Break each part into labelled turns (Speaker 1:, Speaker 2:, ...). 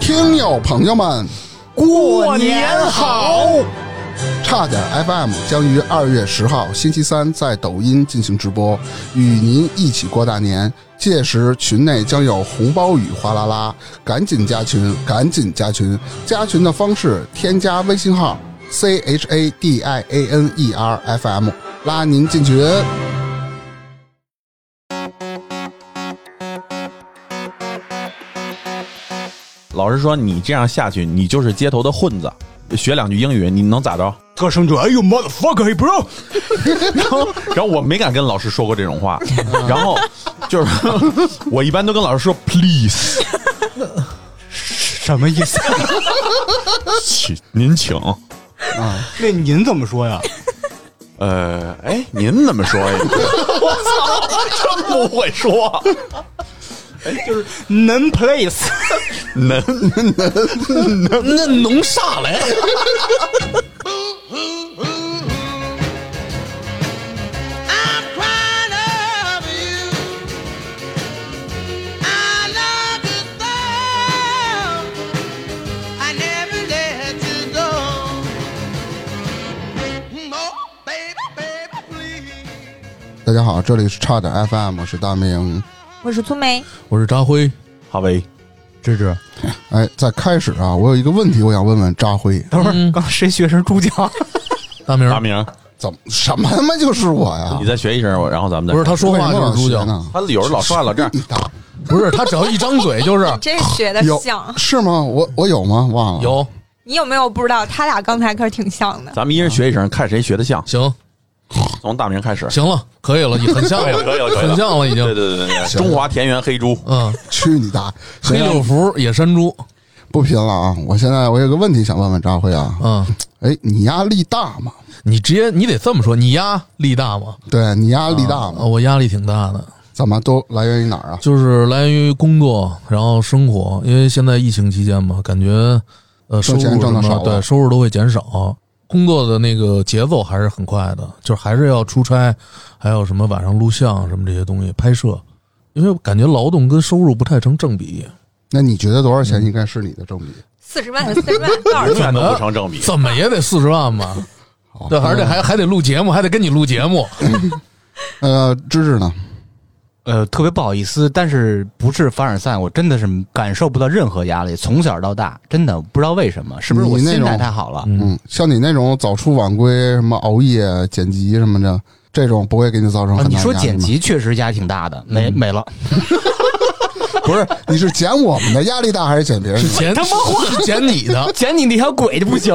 Speaker 1: 听友朋友们，
Speaker 2: 过年好！
Speaker 1: 差点 FM 将于二月十号星期三在抖音进行直播，与您一起过大年。届时群内将有红包雨哗啦啦，赶紧加群，赶紧加群！加群的方式：添加微信号 c h a d i a n e r f m，拉您进群。
Speaker 3: 老师说你这样下去，你就是街头的混子，学两句英语，你能咋着？
Speaker 2: 特生者，哎呦 motherfucker bro，
Speaker 3: 然后，然后我没敢跟老师说过这种话，然后就是我一般都跟老师说 please，
Speaker 2: 什么意思？
Speaker 3: 请您请。
Speaker 2: 那您怎么说呀？
Speaker 3: 呃，哎，您怎么说呀？我操，真不会说。哎
Speaker 2: 您 please，
Speaker 3: 能
Speaker 4: 那弄啥嘞？
Speaker 5: I'm crying over you. I love you so. I never let you go. Oh, baby, baby, please.
Speaker 1: 大家好，这里是差点 FM，我是大明。
Speaker 6: 我是粗梅，
Speaker 4: 我是张辉，
Speaker 3: 哈维，
Speaker 4: 芝芝，
Speaker 1: 哎，在开始啊，我有一个问题，我想问问扎辉，
Speaker 2: 等会儿刚谁学成猪叫？
Speaker 4: 大明儿
Speaker 3: 大明，
Speaker 1: 怎么什么他妈就是我呀
Speaker 3: 你？再学一声，我然后咱们再
Speaker 4: 不是他说
Speaker 1: 为
Speaker 4: 话
Speaker 1: 什么
Speaker 4: 就
Speaker 1: 老
Speaker 4: 是猪
Speaker 1: 学
Speaker 4: 叫，
Speaker 1: 呢？
Speaker 3: 他有时候老说话老这样，
Speaker 1: 打
Speaker 4: 不是他只要一张嘴就是
Speaker 6: 真是学的
Speaker 1: 有
Speaker 6: 像。
Speaker 1: 是吗？我我有吗？忘了。
Speaker 4: 有
Speaker 6: 你有没有不知道？他俩刚才可是挺像的。
Speaker 3: 咱们一人学一声，看谁学的像。
Speaker 4: 行
Speaker 3: 从大明开始，
Speaker 4: 行了，可以了，你很像
Speaker 3: 可以了可以了可以了
Speaker 4: 很像了已
Speaker 3: 对
Speaker 4: 经。
Speaker 3: 对对对，中华田园黑猪，
Speaker 4: 嗯，
Speaker 1: 去你大爷！
Speaker 4: 黑
Speaker 1: 行
Speaker 4: 六福野山猪，
Speaker 1: 不贫了啊！我现在我有个问题想问问扎辉啊，
Speaker 4: 嗯，
Speaker 1: 哎，你压力大吗？
Speaker 4: 你直接你得这么说，你压力大吗？
Speaker 1: 对你压力大
Speaker 2: 嗯
Speaker 4: 啊，
Speaker 1: 吗？
Speaker 4: 我压力挺大的，
Speaker 1: 怎么都来源于哪儿啊？
Speaker 4: 就是来源于工作，然后生活，因为现在疫情期间嘛，感觉呃
Speaker 1: 挣
Speaker 4: 收入
Speaker 1: 钱
Speaker 4: 什
Speaker 1: 挣得
Speaker 4: 么
Speaker 1: 少了
Speaker 4: 对收入都会减少，工作的那个节奏还是很快的，就是还是要出差，还有什么晚上录像什么这些东西拍摄，因为感觉劳动跟收入不太成正比，
Speaker 1: 那你觉得多少钱应该是你的正比？
Speaker 6: 四十万，四十 万，告
Speaker 3: 永
Speaker 6: 诉
Speaker 3: 远都不成正比。
Speaker 4: 怎么也得四十万吧？
Speaker 1: 哦
Speaker 4: 对，而且还还得录节目，还得跟你录节目，
Speaker 1: 呃，芝芝呢？
Speaker 2: 呃，特别不好意思，但是不是凡尔赛，我真的是感受不到任何压力，从小到大，真的不知道为什么，是不是我
Speaker 1: 你那
Speaker 2: 心态
Speaker 1: 种
Speaker 2: 太好了？
Speaker 1: 嗯，像你那种早出晚归、什么熬夜剪辑什么的，这种不会给你造成
Speaker 2: 啊
Speaker 1: 很大
Speaker 2: 你
Speaker 1: 的
Speaker 2: 说
Speaker 1: 压力
Speaker 2: 剪
Speaker 1: 吗？嗯
Speaker 2: 辑确实压力挺大的，没没了，
Speaker 1: 不是，你是剪我们的压力大还是剪别人
Speaker 4: 是
Speaker 1: 的
Speaker 4: 捡是捡你 的，
Speaker 2: 剪你那条鬼就不行。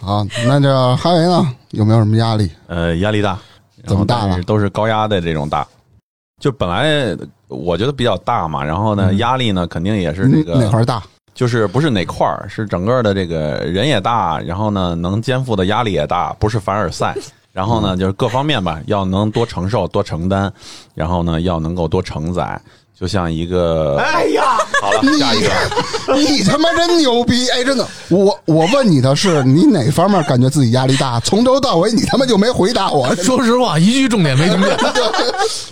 Speaker 1: 啊？那这哈维呢？有没有什么压力？
Speaker 3: 呃，压力大，
Speaker 1: 怎么大呢
Speaker 3: 然后但是都是高压的这种大，就本来我觉得比较大嘛，然后呢，压力呢肯定也是这
Speaker 1: 嗯哪
Speaker 3: 个，
Speaker 1: 块儿大？
Speaker 3: 就是不是哪块儿，是整个的这个人也大，然后呢能肩负的压力也大，不是凡尔 赛。然后
Speaker 1: 嗯
Speaker 3: 呢，就是各方面吧，要能多承受、多承担，然后呢，要能够多承载。就像一个，哎呀，好了，下一个，
Speaker 1: 你他妈真牛逼！哎，真的，我我问你的是，你哪方面感觉自己压力大？从头到尾你他妈就没回答我。
Speaker 4: 说实话一句重点没听见。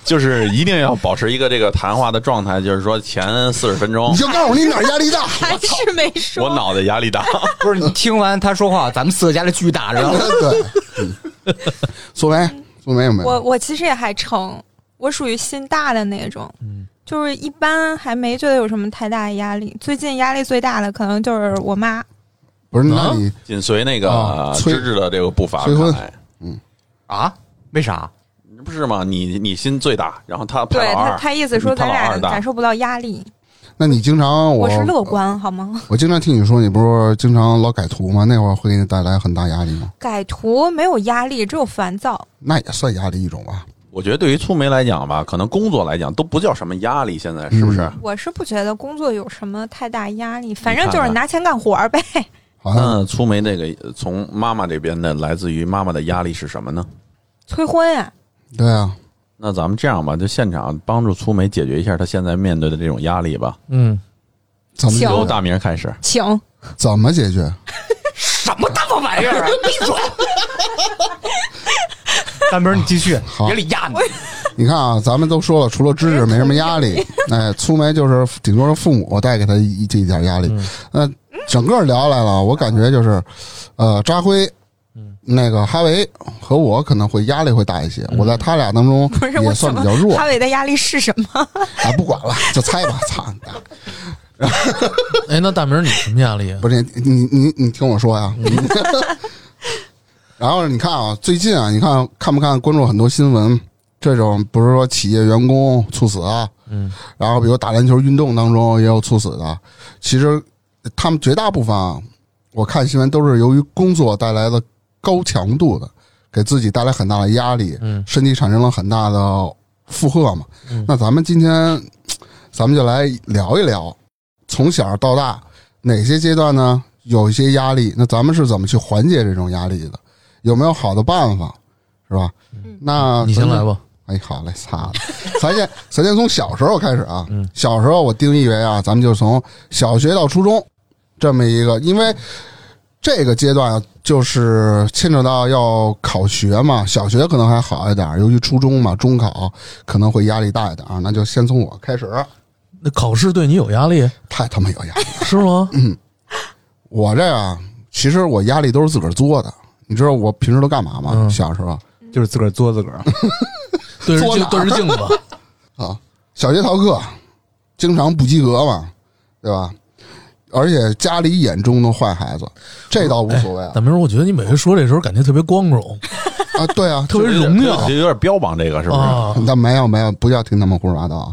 Speaker 3: 就是一定要保持一个这个谈话的状态，就是说前四十分钟
Speaker 1: 你，就告诉我你哪儿压力 大，
Speaker 6: 还是没说。
Speaker 3: 我脑袋压力大。
Speaker 2: 不是你听完他说话，咱们四个家里巨大，然后
Speaker 1: 对，嗯苏梅，苏梅有没
Speaker 6: 我
Speaker 1: 有？
Speaker 6: 我其实也还成，我属于心大的那种，
Speaker 3: 嗯
Speaker 6: 就是一般还没觉得有什么太大的压力。最近压力最大的可能就是我妈，
Speaker 1: 不是，那你
Speaker 3: 紧随那个
Speaker 1: 啊
Speaker 3: 呃
Speaker 1: 催
Speaker 3: 芝芝的这个步伐
Speaker 1: 催婚
Speaker 3: 看来，
Speaker 2: 啊，为啥？
Speaker 3: 不是吗？你你心最大，然后他排
Speaker 6: 对
Speaker 3: 老
Speaker 6: 她
Speaker 3: 二，
Speaker 6: 她意思说
Speaker 3: 你
Speaker 6: 咱
Speaker 3: 胖老
Speaker 6: 俩
Speaker 3: 二
Speaker 6: 感
Speaker 3: 大，
Speaker 6: 受不到压力。
Speaker 1: 那你经常我
Speaker 6: 我是乐观好吗？
Speaker 1: 我经常听你说你不是经常老改图吗？那会儿会给你带来很大压力吗？
Speaker 6: 改图没有压力，只有烦躁。
Speaker 1: 那也算压力一种吧。
Speaker 3: 我觉得对于粗梅来讲吧，可能工作来讲都不叫什么压力，现在是不是？
Speaker 6: 我是不觉得工作有什么太大压力，反
Speaker 3: 你
Speaker 6: 正
Speaker 3: 看
Speaker 6: 就是
Speaker 3: 看
Speaker 6: 拿钱干活儿呗。
Speaker 1: 好像
Speaker 3: 那粗梅这个呃从妈妈这边的来自于妈妈的压力是什么呢？
Speaker 6: 催婚呀、
Speaker 1: 对啊，
Speaker 3: 那咱们这样吧，就现场帮助粗梅解决一下她现在面对的这种压力吧。
Speaker 4: 嗯，
Speaker 1: 怎么解
Speaker 6: 行
Speaker 3: 由
Speaker 1: 决
Speaker 3: 大明开始，
Speaker 6: 请
Speaker 1: 怎么解决？
Speaker 2: 什么他妈玩 意儿啊！闭嘴！大明，你继续，
Speaker 1: 好
Speaker 2: 别理压你。
Speaker 1: 你看啊，咱们都说了，除了知识没什么压 力。哎，粗眉就是顶多是父母带给他一这一点压力。
Speaker 2: 嗯
Speaker 1: 那整个聊下来了，我感觉就是，呃，扎辉。
Speaker 2: 嗯
Speaker 1: 那个哈维和我可能会压力会大一些，
Speaker 2: 嗯
Speaker 1: 我在他俩当中
Speaker 6: 不是
Speaker 1: 也
Speaker 6: 我
Speaker 1: 算
Speaker 6: 怎
Speaker 1: 比
Speaker 6: 么
Speaker 1: 较弱
Speaker 6: 哈维的压力是什么？
Speaker 1: 啊，不管了，就猜吧，操！
Speaker 4: 哎，那大明儿你什么压力啊？
Speaker 1: 不是你你你你听我说呀。 然后你看啊，最近啊，你看看不看关注很多新闻？这种不是说企业员工猝死啊，
Speaker 4: 嗯，
Speaker 1: 然后比如打篮球运动当中也有猝死的。其实他们绝大部分啊，我看新闻都是由于工作带来的高强度的，给自己带来很大的压力，
Speaker 4: 嗯，
Speaker 1: 身体产生了很大的负荷嘛。
Speaker 4: 嗯
Speaker 1: 那咱们今天，咱们就来聊一聊，从小到大哪些阶段呢有一些压力，那咱们是怎么去缓解这种压力的？有没有好的办法？是吧？那
Speaker 4: 嗯你先
Speaker 1: 咱们
Speaker 4: 来吧。
Speaker 1: 哎，好嘞，擦了。咱先咱先从小时候开始啊，
Speaker 4: 嗯
Speaker 1: 小时候我定义为啊，咱们就从小学到初中这么一个，因为这个阶段就是牵扯到要考学嘛，小学可能还好一点，由于初中嘛，中考可能会压力大一点啊。那就先从我开始，
Speaker 4: 那考试对你有压力
Speaker 1: 太他妈有压力了。
Speaker 4: 是吗？
Speaker 1: 我这啊，其实我压力都是自个儿作的，你知道我平时都干嘛吗？
Speaker 4: 嗯
Speaker 1: 小时候
Speaker 2: 就是自个儿作自个儿。啊
Speaker 4: 对着
Speaker 1: 坐哪
Speaker 4: 镜
Speaker 1: 儿
Speaker 4: 对着 镜子，
Speaker 1: 啊，小学逃课，经常不及格嘛，对吧？而且家里眼中的坏孩子，这倒无所谓啊
Speaker 4: 大明儿，我觉得你每回说这时候感觉特别光荣，
Speaker 1: 啊，对啊，
Speaker 4: 特别荣耀
Speaker 3: 就有点标榜这个是不是？
Speaker 4: 啊！
Speaker 1: 但没有没有，不要听他们胡说八道啊。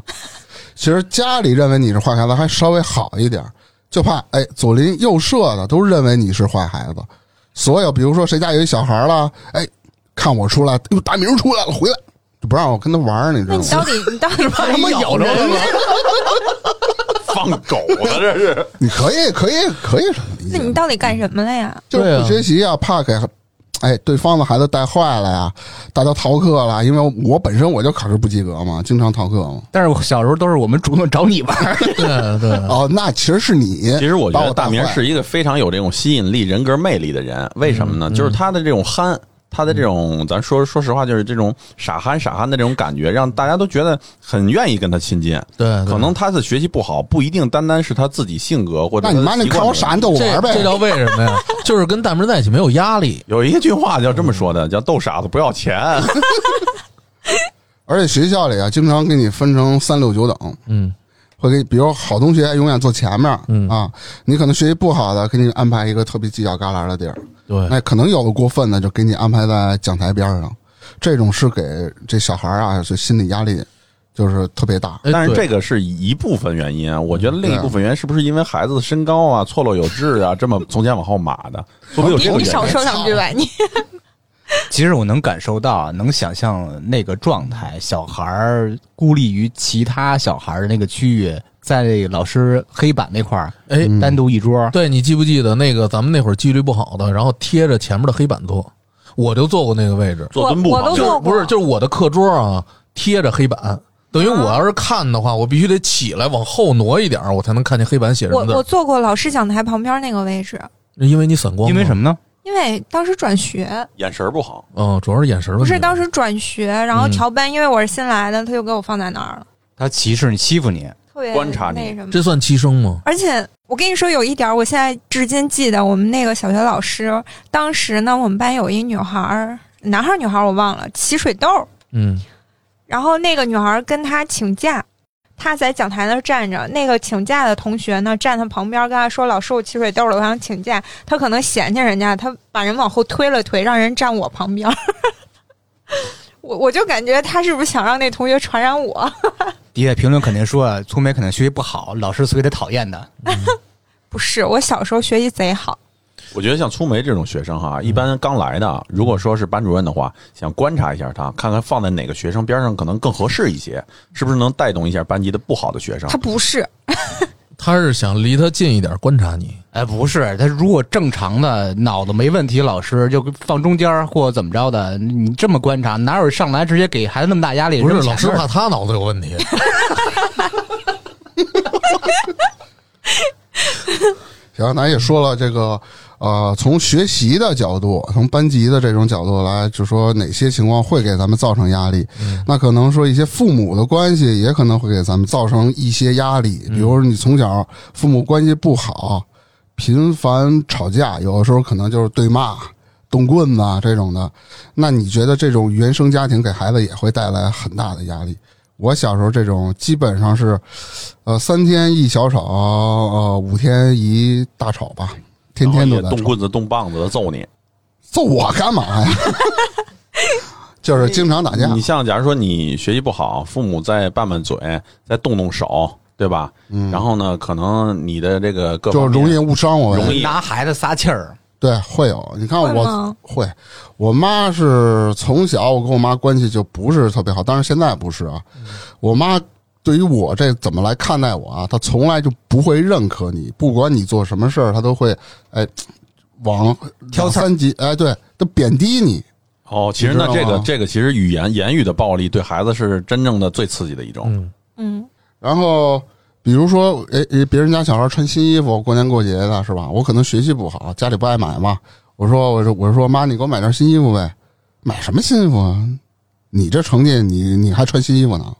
Speaker 1: 其实家里认为你是坏孩子还稍微好一点儿，就怕哎左邻右舍的都认为你是坏孩子。所有比如说谁家有一小孩儿了，哎，看我出来，哟大明儿出来了，回来就不让我跟他玩儿，你知道
Speaker 6: 那你到
Speaker 1: 吗？
Speaker 6: 底你到底
Speaker 1: 他妈咬着我了！
Speaker 3: 放狗的这是。
Speaker 1: 你可以可以可以什么理
Speaker 6: 那
Speaker 1: 解
Speaker 6: 你
Speaker 1: 吗？
Speaker 6: 到底干什么了呀？
Speaker 1: 就是
Speaker 4: 对
Speaker 1: 不
Speaker 4: 啊
Speaker 1: 学习啊，怕给哎对方的孩子带坏了呀，大家逃课了，因为我本身我就考试不及格嘛，经常逃课嘛。
Speaker 2: 但是我小时候都是我们主动找你玩儿，
Speaker 4: 对对，
Speaker 1: 哦，那其实是你，
Speaker 3: 嗯其实我觉
Speaker 1: 把
Speaker 3: 得
Speaker 1: 我带
Speaker 3: 大明
Speaker 1: 坏
Speaker 3: 是一个非常有这种吸引力、人格魅力的人，为什么
Speaker 1: 嗯
Speaker 3: 呢？就是他的这种憨，他的这种，咱说说实话，就是这种傻憨傻憨的这种感觉，让大家都觉得很愿意跟他亲
Speaker 1: 啊
Speaker 3: 近。
Speaker 4: 对对
Speaker 3: 可能他的学习不好，不一定单单是他自己性格或者
Speaker 1: 那你妈，
Speaker 3: 他的
Speaker 1: 你
Speaker 3: 习惯
Speaker 1: 看我
Speaker 3: 的
Speaker 1: 傻，
Speaker 3: 问
Speaker 1: 你
Speaker 3: 题
Speaker 1: 逗我玩儿
Speaker 4: 这
Speaker 1: 呗
Speaker 4: 这。叫为什么 呀？就是跟大明在一起没有压力，
Speaker 3: 有一句话叫这么说的，叫逗傻子不要钱。
Speaker 1: 哎而且学校里啊，经常给你分成三六九等，
Speaker 4: 嗯，
Speaker 1: 会给，比如好同学永远坐前面，
Speaker 4: 嗯
Speaker 1: 啊，你可能学习不好的，给你安排一个特别犄角旮旯的地儿，
Speaker 4: 对，
Speaker 1: 那可能有的过分的就给你安排在讲台边上，这种是给这小孩儿啊，就心理压力就是特别大。
Speaker 4: 哎
Speaker 3: 但是
Speaker 4: 对
Speaker 3: 这个是一部分原因啊，我觉得另一部分原因是不是因为孩子的身高啊、错落有致啊，这么从前往后码的，会不会有
Speaker 6: 你
Speaker 3: 这个
Speaker 6: 你
Speaker 3: 原
Speaker 6: 少
Speaker 3: 因？
Speaker 6: 说两句吧，你
Speaker 2: 其实我能感受到，能想象那个状态，小孩儿孤立于其他小孩儿的那个区域，在老师黑板那块儿，
Speaker 4: 哎
Speaker 1: 嗯
Speaker 2: 单独一桌，
Speaker 4: 对你记不记得那个咱们那会儿纪律不好的，然后贴着前面的黑板坐，我就坐过那个位置，
Speaker 3: 做蹲步
Speaker 6: 我
Speaker 3: 嘛
Speaker 6: 我都
Speaker 3: 就是
Speaker 6: 做
Speaker 4: 不是，就是我的课桌啊贴着黑板，等于我
Speaker 6: 啊
Speaker 4: 要是看的话，我必须得起来往后挪一点儿，我才能看见黑板写什
Speaker 6: 我
Speaker 4: 么
Speaker 6: 我
Speaker 4: 字。
Speaker 6: 坐过老师讲台旁边那个位置，
Speaker 4: 因为你散光，
Speaker 2: 因为什？么呢？
Speaker 6: 因为当时转学，
Speaker 3: 眼神不好。
Speaker 4: 嗯，主要是眼神问
Speaker 6: 不
Speaker 4: 题。
Speaker 6: 是当时转学，然后
Speaker 4: 嗯
Speaker 6: 调班，因为我是新来的，他就给我放在那儿了，
Speaker 2: 他歧视你、欺负你，
Speaker 6: 特别
Speaker 3: 观察你
Speaker 6: 那什么。
Speaker 4: 这算欺生吗？
Speaker 6: 而且我跟你说，有一点儿我现在至今记得，我们那个小学老师，当时呢，我们班有一女孩儿，男孩儿女孩儿我忘了，起水痘儿，
Speaker 4: 嗯，
Speaker 6: 然后那个女孩儿跟他请假，他在讲台那儿站着，那个请假的同学呢站他旁边，跟他说：“老师，我起水痘了，我想请假。”他可能嫌弃人家，他把人往后推了推，让人站我旁边。 我我就感觉他是不是想让那同学传染我？
Speaker 2: 底下评论肯定说啊，粗眉可能学习不好，老师所以他讨厌的。
Speaker 6: 不是，我小时候学习贼好，
Speaker 3: 我觉得像粗梅这种学生
Speaker 1: 嗯
Speaker 3: 哈，一般刚来的，如果说是班主任的话，想观察一下他，看看放在哪个学生边上可能更合适一些，是不是能带动一下班级的不好的学生
Speaker 6: 他？不是，
Speaker 4: 他是想离他近一点观察你。
Speaker 2: 哎，不是，他如果正常的脑子没问题，老师就放中间儿或怎么着的，你这么观察，哪有上来直接给孩子那么大压力？
Speaker 4: 不是
Speaker 2: 扔前
Speaker 4: 老师
Speaker 2: 面儿
Speaker 4: 怕他脑子有问题，
Speaker 1: 行，咱也说了这个呃，从学习的角度，从班级的这种角度来，就说哪些情况会给咱们造成压力？那可能说一些父母的关系也可能会给咱们造成一些压力，比如说你从小父母关系不好，频繁吵架，有的时候可能就是对骂、动棍子啊这种的。那你觉得这种原生家庭给孩子也会带来很大的压力？我小时候这种基本上是，呃，三天一小吵，呃，五天一大吵吧，天天都
Speaker 3: 然
Speaker 1: 在
Speaker 3: 后哦也动
Speaker 1: 吵，
Speaker 3: 棍子、动棒子的揍你。
Speaker 1: 揍我干嘛呀？ 就是经常打架
Speaker 3: 你，像假如说你学习不好，父母再拌拌嘴，再动动手，对吧？嗯。然后呢，可能你的这个各
Speaker 1: 就是
Speaker 3: 方
Speaker 1: 容
Speaker 3: 面
Speaker 1: 易误伤我，
Speaker 3: 容易
Speaker 2: 拿孩子撒气儿，
Speaker 1: 对，会有。你看
Speaker 6: 会
Speaker 1: 我
Speaker 6: 吗
Speaker 1: 会，我妈是从小我跟我妈关系就不是特别好，当然现在不是啊。
Speaker 6: 嗯
Speaker 1: 我妈对于我这怎么来看待我啊，她从来就不会认可你，不管你做什么事儿，她都会哎往
Speaker 2: 挑
Speaker 1: 两
Speaker 2: 刺儿
Speaker 1: 三级，哎，对，她贬低你。
Speaker 3: 哦，其实呢，
Speaker 1: 你知
Speaker 3: 这
Speaker 1: 道
Speaker 3: 个
Speaker 1: 吗
Speaker 3: 这个其实语言言语的暴力对孩子是真正的最刺激的一种。
Speaker 4: 嗯，
Speaker 6: 嗯，
Speaker 1: 然后比如说，哎，哎别人家小孩穿新衣服，过年过节的是吧？我可能学习不好，家里不爱买嘛。我说，我说，我说妈，你给我买件新衣服呗。买什么新衣服啊？你这成绩，你你还穿新衣服呢？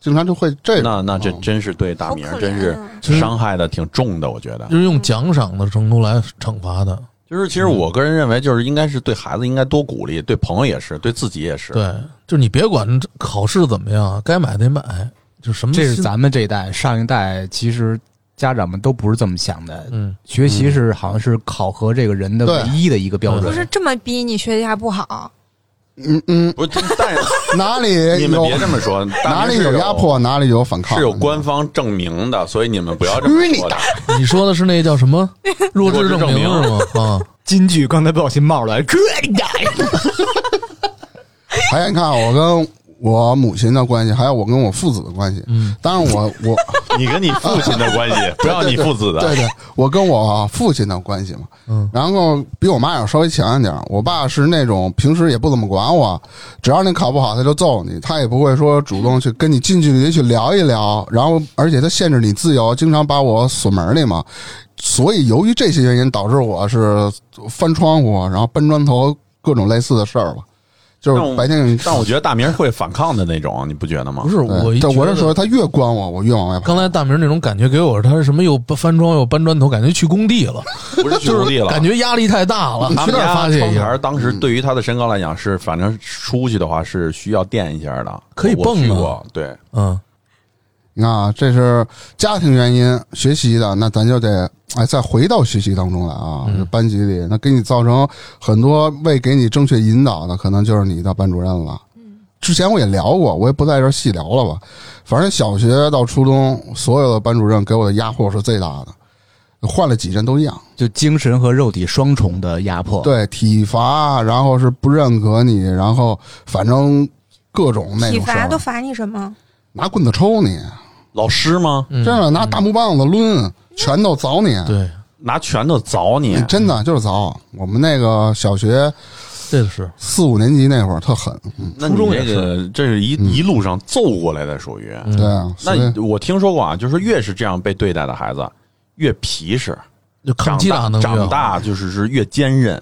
Speaker 1: 经常就会这种
Speaker 3: 那那这
Speaker 1: 嗯
Speaker 3: 真是对大明
Speaker 6: 好可怜啊
Speaker 3: 真是伤害的挺重的，我觉得。
Speaker 4: 就是用奖赏的程度来惩罚的。
Speaker 3: 就是其实我个人认为，就是应该是对孩子应该多鼓励，对朋友也是，对自己也是。
Speaker 4: 对，就是你别管考试怎么样，该买得买，就什么
Speaker 2: 这嗯是
Speaker 4: 心
Speaker 2: 咱们这一代，上一代其实家长们都不是这么想的。
Speaker 4: 嗯，
Speaker 2: 学习是好像是考核这个人的
Speaker 1: 对
Speaker 2: 唯一的一个标
Speaker 4: 对
Speaker 6: 不
Speaker 2: 准，
Speaker 6: 是这么逼你学习还不好，
Speaker 1: 嗯嗯，
Speaker 3: 不是，但是
Speaker 1: 哪里
Speaker 3: 你们
Speaker 1: 哎有
Speaker 3: 别这么说，
Speaker 1: 哪
Speaker 3: 大明
Speaker 1: 里
Speaker 3: 是
Speaker 1: 有
Speaker 3: 有
Speaker 1: 压迫，啊哪里有反抗，
Speaker 3: 是有官方证明的，所以你们不要这么说的。
Speaker 4: 你说的是那叫什么弱智
Speaker 3: 智
Speaker 4: 证
Speaker 3: 证
Speaker 4: 明
Speaker 3: 明
Speaker 4: 是吗？啊，
Speaker 2: 金句刚才不小心冒出来，哥你大爷！
Speaker 1: 哎还有你看我跟我母亲的关系，还有我跟我父子的关系。
Speaker 4: 嗯，
Speaker 1: 当然我我
Speaker 3: 你跟你父亲的关 系，不要你父子的。
Speaker 1: 对对，我跟我父亲的关系嘛，
Speaker 4: 嗯，
Speaker 1: 然后比我妈要稍微强一点儿。我爸是那种平时也不怎么管我，只要你考不好他就揍你，他也不会说主动去跟你近距离去聊一聊。然后，而且他限制你自由，经常把我锁门里嘛。所以，由于这些原因，导致我是翻窗户，然后搬砖头，各种类似的事儿吧。就
Speaker 3: 但我
Speaker 1: 是白天给你，
Speaker 3: 但我觉得大明会反抗的那种，你不觉得吗
Speaker 4: 不？是我一
Speaker 1: 对，但我
Speaker 4: 觉
Speaker 1: 是
Speaker 4: 得
Speaker 1: 说他越关我，我越往外跑。
Speaker 4: 刚才大明那种感觉给我，他是什么又翻窗又搬砖头，感觉去工地了，
Speaker 3: 不是兄弟了，
Speaker 4: 感觉压力太大了，
Speaker 3: 他
Speaker 4: 去
Speaker 3: 们
Speaker 4: 那儿发
Speaker 3: 家
Speaker 4: 泄
Speaker 3: 窗
Speaker 4: 一下
Speaker 3: 台。当时对于他的身高来讲是，反正出去的话是需要垫一下的，
Speaker 4: 可以
Speaker 3: 我去
Speaker 4: 蹦啊
Speaker 3: 过。对，
Speaker 4: 嗯，
Speaker 1: 你看啊，这是家庭原因，学习的，那咱就得哎再回到学习当中来啊。
Speaker 4: 嗯
Speaker 1: 班级里，那给你造成很多未给你正确引导的，可能就是你的班主任了。
Speaker 6: 嗯
Speaker 1: 之前我也聊过，我也不在这儿细聊了吧。反正小学到初中，所有的班主任给我的压迫是最大的，换了几任都一样。
Speaker 2: 就精神和肉体双重的压迫。，
Speaker 1: 对，体罚，然后是不认可你，然后反正各种那
Speaker 6: 体
Speaker 1: 种事
Speaker 6: 罚
Speaker 1: 儿
Speaker 6: 都，罚你什么？
Speaker 1: 拿棍子抽你，
Speaker 3: 老师吗？
Speaker 1: 真的拿大木棒子
Speaker 6: 嗯
Speaker 1: 抡，拳头凿你。
Speaker 4: 嗯对，
Speaker 3: 拿拳头 凿你
Speaker 1: 嗯，真的就是凿。我们那个小学
Speaker 4: 这是
Speaker 1: 四五年级那会儿特狠，
Speaker 3: 那你这个这是一
Speaker 1: 嗯
Speaker 3: 一路上揍过来的，属于。
Speaker 1: 对啊，所以
Speaker 3: 嗯那我听说过啊，就是越是这样被对待的孩子，越皮实，
Speaker 4: 就抗
Speaker 3: 长
Speaker 4: 击打
Speaker 3: 大
Speaker 4: 能力啊
Speaker 3: 长大就是是越坚韧，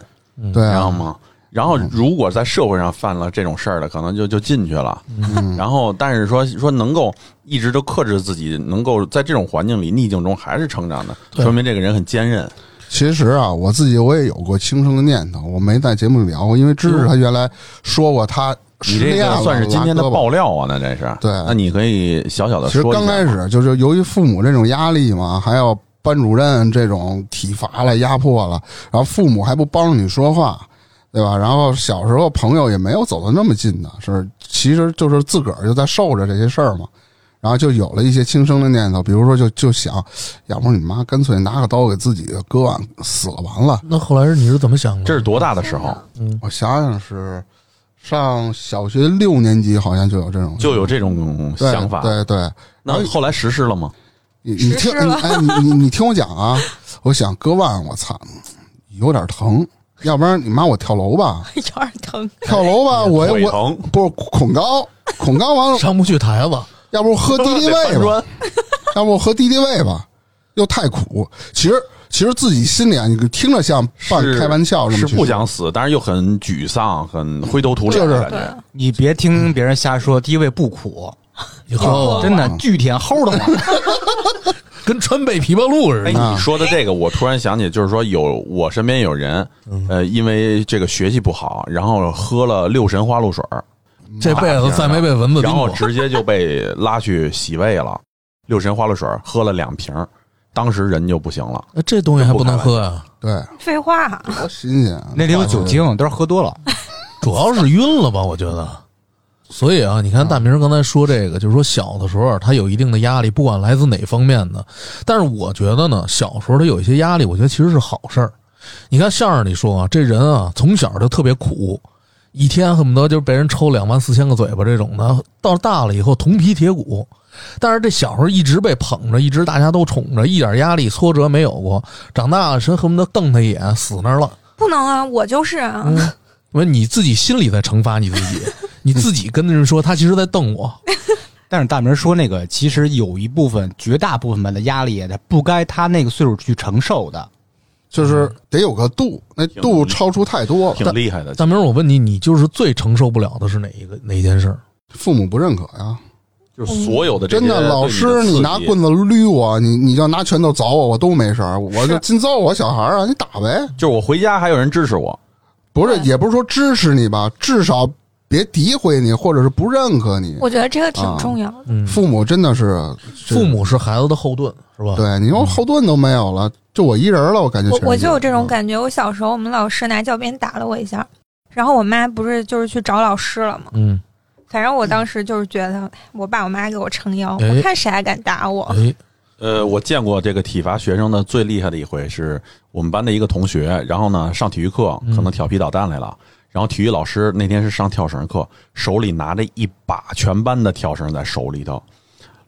Speaker 1: 对
Speaker 3: 知道
Speaker 1: 啊，
Speaker 3: 吗？然后如果在社会上犯了这种事儿的，可能就就进去了。
Speaker 4: 嗯
Speaker 1: 嗯
Speaker 3: 然后但是说说能够一直都克制自己，能够在这种环境里逆境中还是成长的，
Speaker 4: 对
Speaker 3: 说明这个人很坚韧。
Speaker 1: 其实啊，我自己我也有过轻生的念头，我没在节目里聊过，因为芝芝他原来说过他
Speaker 3: 你
Speaker 1: 失
Speaker 3: 这
Speaker 1: 恋
Speaker 3: 个
Speaker 1: 了，
Speaker 3: 算是今天的
Speaker 1: 拉胳膊
Speaker 3: 爆料啊，那这是。
Speaker 1: 对
Speaker 3: 那你可以小小的
Speaker 1: 其实
Speaker 3: 说一下
Speaker 1: 刚
Speaker 3: 嘛。
Speaker 1: 开始就是由于父母这种压力嘛，还有班主任这种体罚了、压迫了，然后父母还不帮着你说话，对吧？然后小时候朋友也没有走的那么近的，是其实就是自个儿就在受着这些事儿嘛。然后就有了一些轻生的念头，比如说就就想，要不你妈干脆拿个刀给自己割腕死了完了。
Speaker 4: 那后来是你是怎么想的？
Speaker 3: 这是多大的时候
Speaker 1: 我想想是上小学六年级好像就有这种
Speaker 3: 就有这种
Speaker 1: 对
Speaker 3: 想法？
Speaker 1: 对对，
Speaker 3: 那后来实施了吗？
Speaker 1: 你你听，
Speaker 6: 实施
Speaker 1: 你
Speaker 6: 了
Speaker 1: 哎，你你你听我讲啊，我想割腕，我操，有点疼，要不然你妈我跳楼吧，
Speaker 6: 有点疼。
Speaker 1: 跳楼吧，我
Speaker 3: 腿
Speaker 1: 我
Speaker 3: 疼，
Speaker 1: 不是恐高，恐高完了，
Speaker 4: 上不去台子，
Speaker 1: 要不我喝敌敌畏吧，要不我喝敌敌畏吧，又太苦。其实其实自己心里啊，你听着像半
Speaker 3: 是
Speaker 1: 开玩笑这么
Speaker 3: 是
Speaker 1: 去
Speaker 3: 不
Speaker 1: 说嗯
Speaker 3: 想死，但是又很沮丧，很灰头土脸
Speaker 1: 就是
Speaker 3: 的感觉。
Speaker 2: 你别听别人瞎说，第一位不苦，
Speaker 4: 以后
Speaker 2: 真的巨甜齁的慌。
Speaker 4: 跟川贝枇杷露似
Speaker 3: 哎，
Speaker 4: 的。
Speaker 3: 你说的这个，我突然想起，就是说有我身边有人，
Speaker 1: 嗯
Speaker 3: 呃，因为这个学习不好，然后喝了六神花露水儿，
Speaker 4: 这辈子再没被蚊子叮
Speaker 3: 然后
Speaker 4: 过。
Speaker 3: 直接就被拉去洗胃了。六神花露水儿喝了两瓶儿，当时人就不行了。
Speaker 4: 哎这东西还不能喝呀、
Speaker 1: 对，
Speaker 6: 废话，
Speaker 1: 多新鲜啊！
Speaker 2: 那里有酒精，都是喝多了。
Speaker 4: 主要是晕了吧？我觉得。所以啊，你看大明刚才说这个，就是说小的时候啊他有一定的压力，不管来自哪方面的。但是我觉得呢，小时候他有一些压力，我觉得其实是好事儿。你看相声里说啊，这人啊从小就特别苦，一天恨不得就被人抽两万四千个嘴巴这种的，到大了以后铜皮铁骨。但是这小时候一直被捧着，一直大家都宠着，一点压力挫折没有过。长大了，谁恨不得瞪他一眼，死那儿了。
Speaker 6: 不能啊，我就是啊，
Speaker 4: 我说你自己心里在惩罚你自 己，你自己跟人说他其实在瞪我，
Speaker 2: 但是大明说那个，其实有一部分，绝大部分的压力，他不该他那个岁数去承受的。
Speaker 1: 就是得有个度，那度超出太多了，
Speaker 3: 挺厉害的，
Speaker 4: 大明儿，我问你，你就是最承受不了的是哪一个哪一件事儿？
Speaker 1: 父母不认可呀。
Speaker 3: 就是所有的这些
Speaker 1: 真的，老师
Speaker 3: 对的刺激
Speaker 1: 你拿棍子捋我，你你要拿拳头凿我，我都没事儿，我就尽揍我小孩儿啊，你打呗。
Speaker 3: 就是我回家还有人支持我，
Speaker 1: 不是，
Speaker 6: 对
Speaker 1: 也不是说支持你吧，至少别诋毁你，或者是不认可你。
Speaker 6: 我觉得这个挺重要的。
Speaker 4: 嗯，
Speaker 1: 父母真的是
Speaker 4: 父，母是孩子的后盾，是吧？
Speaker 1: 这，对你说后盾都没有了，就我一人了，我感觉全
Speaker 6: 我
Speaker 1: 世界
Speaker 6: 我就有
Speaker 3: 嗯
Speaker 6: 这种感觉，我小时候我们老师拿教鞭打了我一下，然后我妈不是就是去找老师了吗？
Speaker 4: 嗯，
Speaker 6: 反正我当时就是觉得我爸我妈给我撑腰，
Speaker 4: 哎
Speaker 6: 我看谁还敢打我。
Speaker 4: 哎，
Speaker 3: 呃，我见过这个体罚学生的最厉害的一回是我们班的一个同学，然后呢上体育课可能调皮捣蛋来了，然后体育老师那天是上跳绳课，手里拿着一把全班的跳绳在手里头，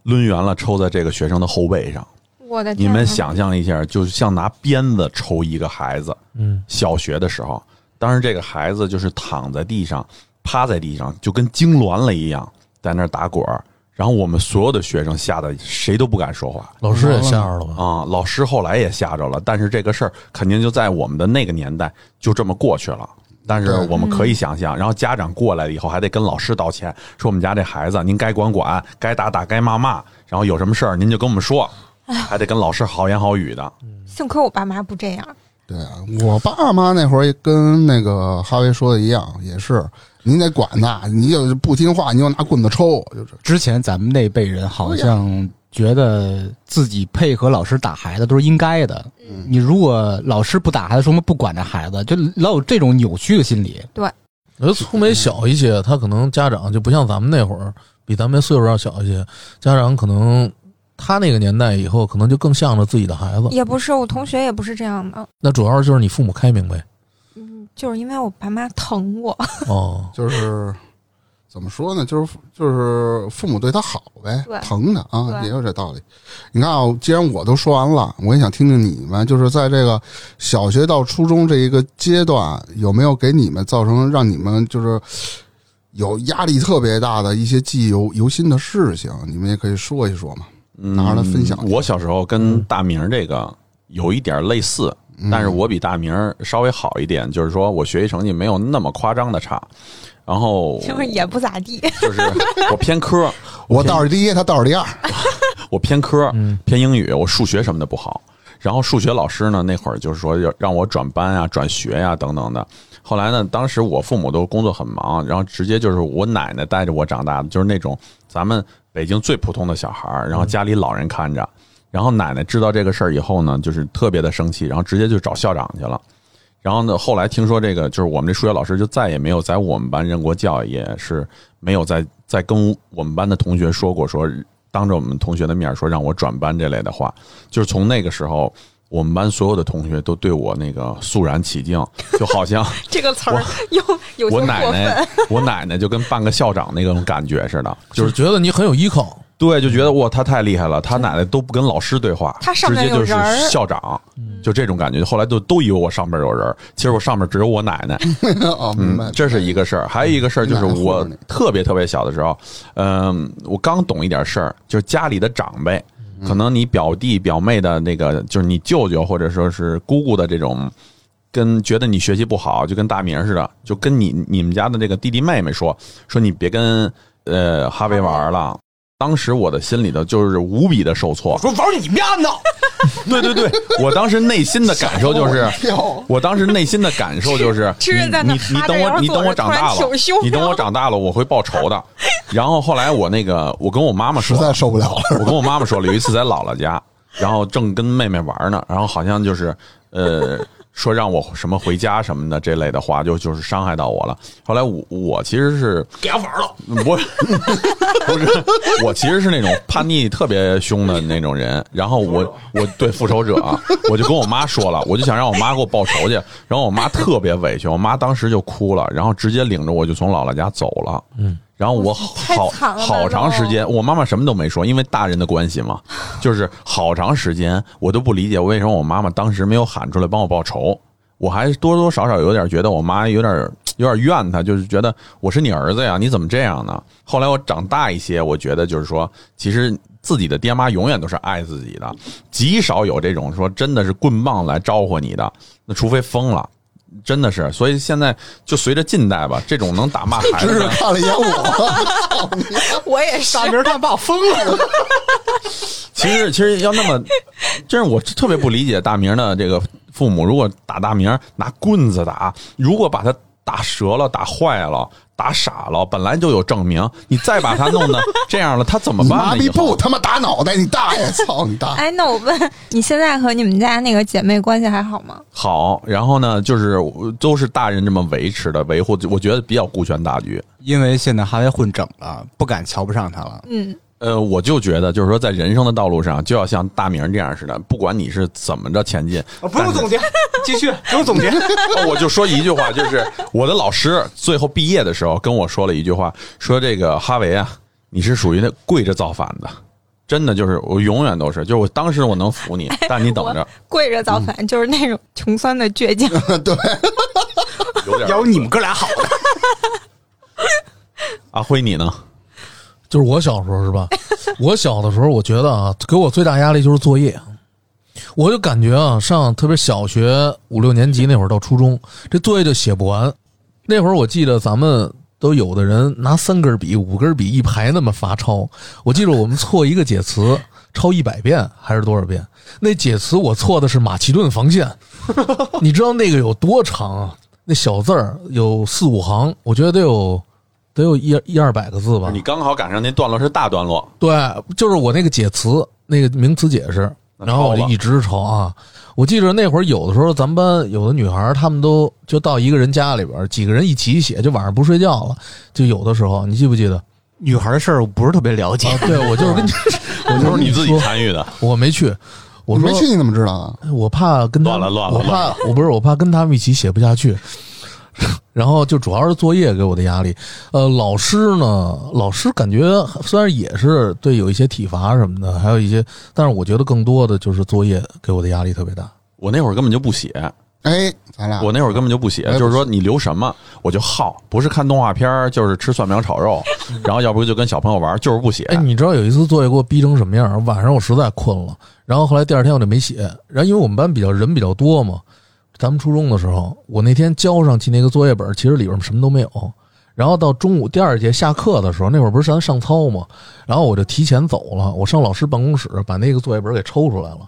Speaker 3: 抡圆了抽在这个学生的后背上。
Speaker 6: 我的天
Speaker 3: 你
Speaker 6: 啊，
Speaker 3: 们想象一下，就像拿鞭子抽一个孩子，
Speaker 4: 嗯，
Speaker 3: 小学的时候，当时这个孩子就是躺在地上，趴在地上，就跟痉挛了一样，在那儿打滚儿。然后我们所有的学生吓得谁都不敢说话
Speaker 4: 老师也吓着了吧？
Speaker 3: 啊、老师后来也吓着了，但是这个事儿肯定就在我们的那个年代就这么过去了。但是
Speaker 1: 对嗯
Speaker 3: 我们可以想象，然后家长过来了以后，还得跟老师道歉，说我们家这孩子您该管管，该打打，该骂骂，然后有什么事儿您就跟我们说，还得跟老师好言好语的。
Speaker 6: 幸亏我爸妈不这样，
Speaker 1: 对啊，我爸妈那会儿也跟那个哈维说的一样，也是您得管他，你就不听话，你就拿棍子抽，就是
Speaker 2: 之前咱们那辈人好像觉得自己配合老师打孩子都是应该的。你如果老师不打孩子，说明不管这孩子，就老有这种扭曲的心理。
Speaker 4: 我觉得粗眉小一些，他可能家长就不像咱们那会儿，比咱们岁数要小一些，家长可能他那个年代以后可能就更向着自己的孩子。
Speaker 3: 哦
Speaker 6: 也不是我同学也不是这样的，嗯
Speaker 4: 那主要就是你父母开明呗。
Speaker 6: 就是因为我爸妈疼我。
Speaker 4: 哦，
Speaker 1: 就是怎么说呢，就是就是父母对他好呗
Speaker 6: 对，
Speaker 1: 疼他啊，
Speaker 6: 对
Speaker 1: 也有这道理。你看啊，既然我都说完了，我也想听听你们，就是在这个小学到初中这一个阶段，有没有给你们造成让你们就是有压力特别大的一些记忆犹犹新的事情？你们也可以说一说嘛。拿出来分享嗯一下
Speaker 3: 嗯我小时候跟大明儿这个有一点类似，
Speaker 1: 嗯
Speaker 3: 但是我比大明儿稍微好一点，就是说我学习成绩没有那么夸张的差，然后
Speaker 6: 就是也不咋地，
Speaker 3: 就是我偏科，
Speaker 1: 我倒数第一，他倒数 第二。
Speaker 3: 我偏科，偏英语，我数学什么的不好。然后数学老师呢，那会儿就是说要让我转班啊、转学呀、等等的。后来呢，当时我父母都工作很忙，然后直接就是我奶奶带着我长大的，就是那种咱们北京最普通的小孩儿，然后家里老人看着。然后奶奶知道这个事儿以后呢，就是特别的生气，然后直接就找校长去了。然后呢，后来听说这个就是我们这数学老师就再也没有在我们班任过教，也是没有再再跟我们班的同学说过说当着我们同学的面说让我转班这类的话。就是从那个时候，我们班所有的同学都对我那个肃然起敬，就好像
Speaker 6: 这个词儿又 有些
Speaker 3: 我
Speaker 6: 过
Speaker 3: 奶
Speaker 6: 分。
Speaker 3: 奶，我奶奶就跟半个校长那种感觉似的，
Speaker 4: 就
Speaker 3: 就
Speaker 4: 是是觉得你很有依靠。
Speaker 3: 对，就觉得哇，他太厉害了，他奶奶都不跟老师对 话，
Speaker 6: 他上
Speaker 3: 直
Speaker 6: 面
Speaker 3: 接
Speaker 6: 有
Speaker 3: 就是
Speaker 6: 人儿
Speaker 3: 校长，就这种感觉。后来就都以为我上面有人儿，其实我上面只有我奶奶。
Speaker 1: 哦，明白
Speaker 3: 嗯，。这是一个事儿，还有一个事儿就是我嗯特别特别小的时候，嗯，我刚懂一点事儿，就是家里的长辈，可能你表弟表妹的那个，就是你舅舅或者说是姑姑的这种，跟觉得你学习不好，就跟大明似的，就跟你你们家的这个弟弟妹妹说说你别跟呃哈维玩了。当时我的心里头就是无比的受挫，
Speaker 7: 说玩儿你们家闹，
Speaker 3: 对对对，我当时内心的感受就是，
Speaker 1: 哦哟
Speaker 3: 我当时内心的感受就是，
Speaker 6: 吃吃着在那
Speaker 3: 你你你
Speaker 6: 哈着
Speaker 3: 等
Speaker 6: 腰
Speaker 3: 我你
Speaker 6: 坐
Speaker 3: 等我
Speaker 6: 着
Speaker 3: 长
Speaker 6: 突然
Speaker 3: 大了
Speaker 6: 挺胸，
Speaker 3: 你等我长大了，我会报仇的。然后后来我那个，我跟我妈妈
Speaker 1: 实
Speaker 3: 说，
Speaker 1: 在受不了了。
Speaker 3: 我跟我妈妈说了，有一次在姥姥家，然后正跟妹妹玩呢，然后好像就是呃说让我什么回家什么的这类的话，就就是伤害到我了。后来我我其实是
Speaker 7: 给他玩儿了，
Speaker 3: 不是 不是，我其实是那种叛逆特别凶的那种人。然后我我对复仇者啊，我就跟我妈说了，我就想让我妈给我报仇去。然后我妈特别委屈，我妈当时就哭了，然后直接领着我就从姥姥家走了。嗯。然后我
Speaker 6: 太
Speaker 3: 好
Speaker 6: 惨了
Speaker 3: 好长时间，我妈妈什么都没说，因为大人的关系 嘛，就是好长时间我都不理解为什么我妈妈当时没有喊出来帮我报仇。我还多多少少有点觉得我妈有点有点怨她，就是觉得我是你儿子呀，你怎么这样呢？后来我长大一些，我觉得就是说，其实自己的爹妈永远都是爱自己的，极少有这种说真的是棍棒来招呼你的，那除非疯了。真的是，所以现在就随着近代吧，这种能打骂孩
Speaker 1: 只
Speaker 3: 子
Speaker 1: 是
Speaker 3: 的，
Speaker 1: 看了一眼我，
Speaker 6: 我也是
Speaker 2: 大明儿他爸疯了，
Speaker 3: 其实其实要那么，真是我特别不理解大明的这个父母，如果打大明拿棍子打，如果把他打折了、打坏了、打傻了，本来就有证明，你再把他弄的这样了，他怎么
Speaker 1: 你
Speaker 3: 办
Speaker 1: 妈
Speaker 3: 呢？以
Speaker 1: 逼
Speaker 3: 后
Speaker 1: 不他妈打脑袋，你大爷！操你
Speaker 3: 啊
Speaker 1: 大爷！
Speaker 6: 哎，那我问你，现在和你们家那个姐妹关系还好吗？
Speaker 3: 好，然后呢，就是呃都是大人这么维持的维护，我觉得比较顾全大局。
Speaker 2: 因为现在哈维混整了，不敢瞧不上他了。
Speaker 6: 嗯，
Speaker 3: 呃，我就觉得，就是说，在人生的道路上，就要像大明这样似的，不管你是怎么着前进，
Speaker 7: 啊不用总结，继续不用总 结，
Speaker 3: 哦我就说一句话，就是我的老师最后毕业的时候跟我说了一句话，说这个哈维啊，你是属于那跪着造反的，真的就是我永远都是，就是我当时我能服你，但你等着，
Speaker 6: 跪着
Speaker 3: 嗯
Speaker 6: 造反就是那种穷酸的倔强。
Speaker 3: 有点
Speaker 7: 要不你们哥俩好的，
Speaker 3: 阿辉啊你呢？
Speaker 4: 就是我小时候是吧？ 我小的时候，我觉得啊，给我最大压力就是作业。我就感觉啊，上特别小学五六年级那会儿到初中，这作业就写不完。那会儿我记得咱们都有的人拿三根笔、五根笔一排那么罚抄。我记得我们错一个解词，抄一百遍还是多少遍？那解词我错的是马其顿防线，你知道那个有多长啊？那小字儿有四五行，我觉得得有得有一一二百个字吧。
Speaker 3: 你刚好赶上那段落是大段落，
Speaker 4: 对，就是我那个解词，那个名词解释，
Speaker 3: 那
Speaker 4: 然后我
Speaker 3: 抄
Speaker 4: 就
Speaker 3: 吧
Speaker 4: 一直抄啊。我记着那会儿有的时候，咱们班有的女孩儿，她们都就到一个人家里边儿，几个人一起写，就晚上不睡觉了。就有的时候，你记不记得？啊，
Speaker 2: 女孩的事儿我不是特别了解，
Speaker 4: 对，我就是跟你，我就
Speaker 3: 都是你自己
Speaker 4: 说
Speaker 3: 参与的。
Speaker 4: 我没去，我
Speaker 1: 你
Speaker 4: 说
Speaker 1: 没去你怎么知道啊？
Speaker 4: 我怕跟他
Speaker 3: 乱了乱了
Speaker 4: 我怕我不是我怕跟他们一起写不下去，然后就主要是作业给我的压力。呃，老师呢，老师感觉虽然也是对有一些体罚什么的，还有一些，但是我觉得更多的就是作业给我的压力特别大。
Speaker 3: 我那会儿根本就不写，
Speaker 1: 哎，咱俩
Speaker 3: 我那会儿根本就不写，
Speaker 1: 也不
Speaker 3: 就是说你留什么我就耗，不是看动画片儿就是吃蒜苗炒肉，然后要不就跟小朋友玩，就是不写。
Speaker 4: 哎，你知道有一次作业给我逼成什么样儿？晚上我实在困了，然后后来第二天我就没写。然后因为我们班比较人比较多嘛，咱们初中的时候，我那天交上去那个作业本儿，其实里边儿什么都没有。然后到中午第二节下课的时候，那会儿不是咱上操嘛，然后我就提前走了，我上老师办公室把那个作业本儿给抽出来了，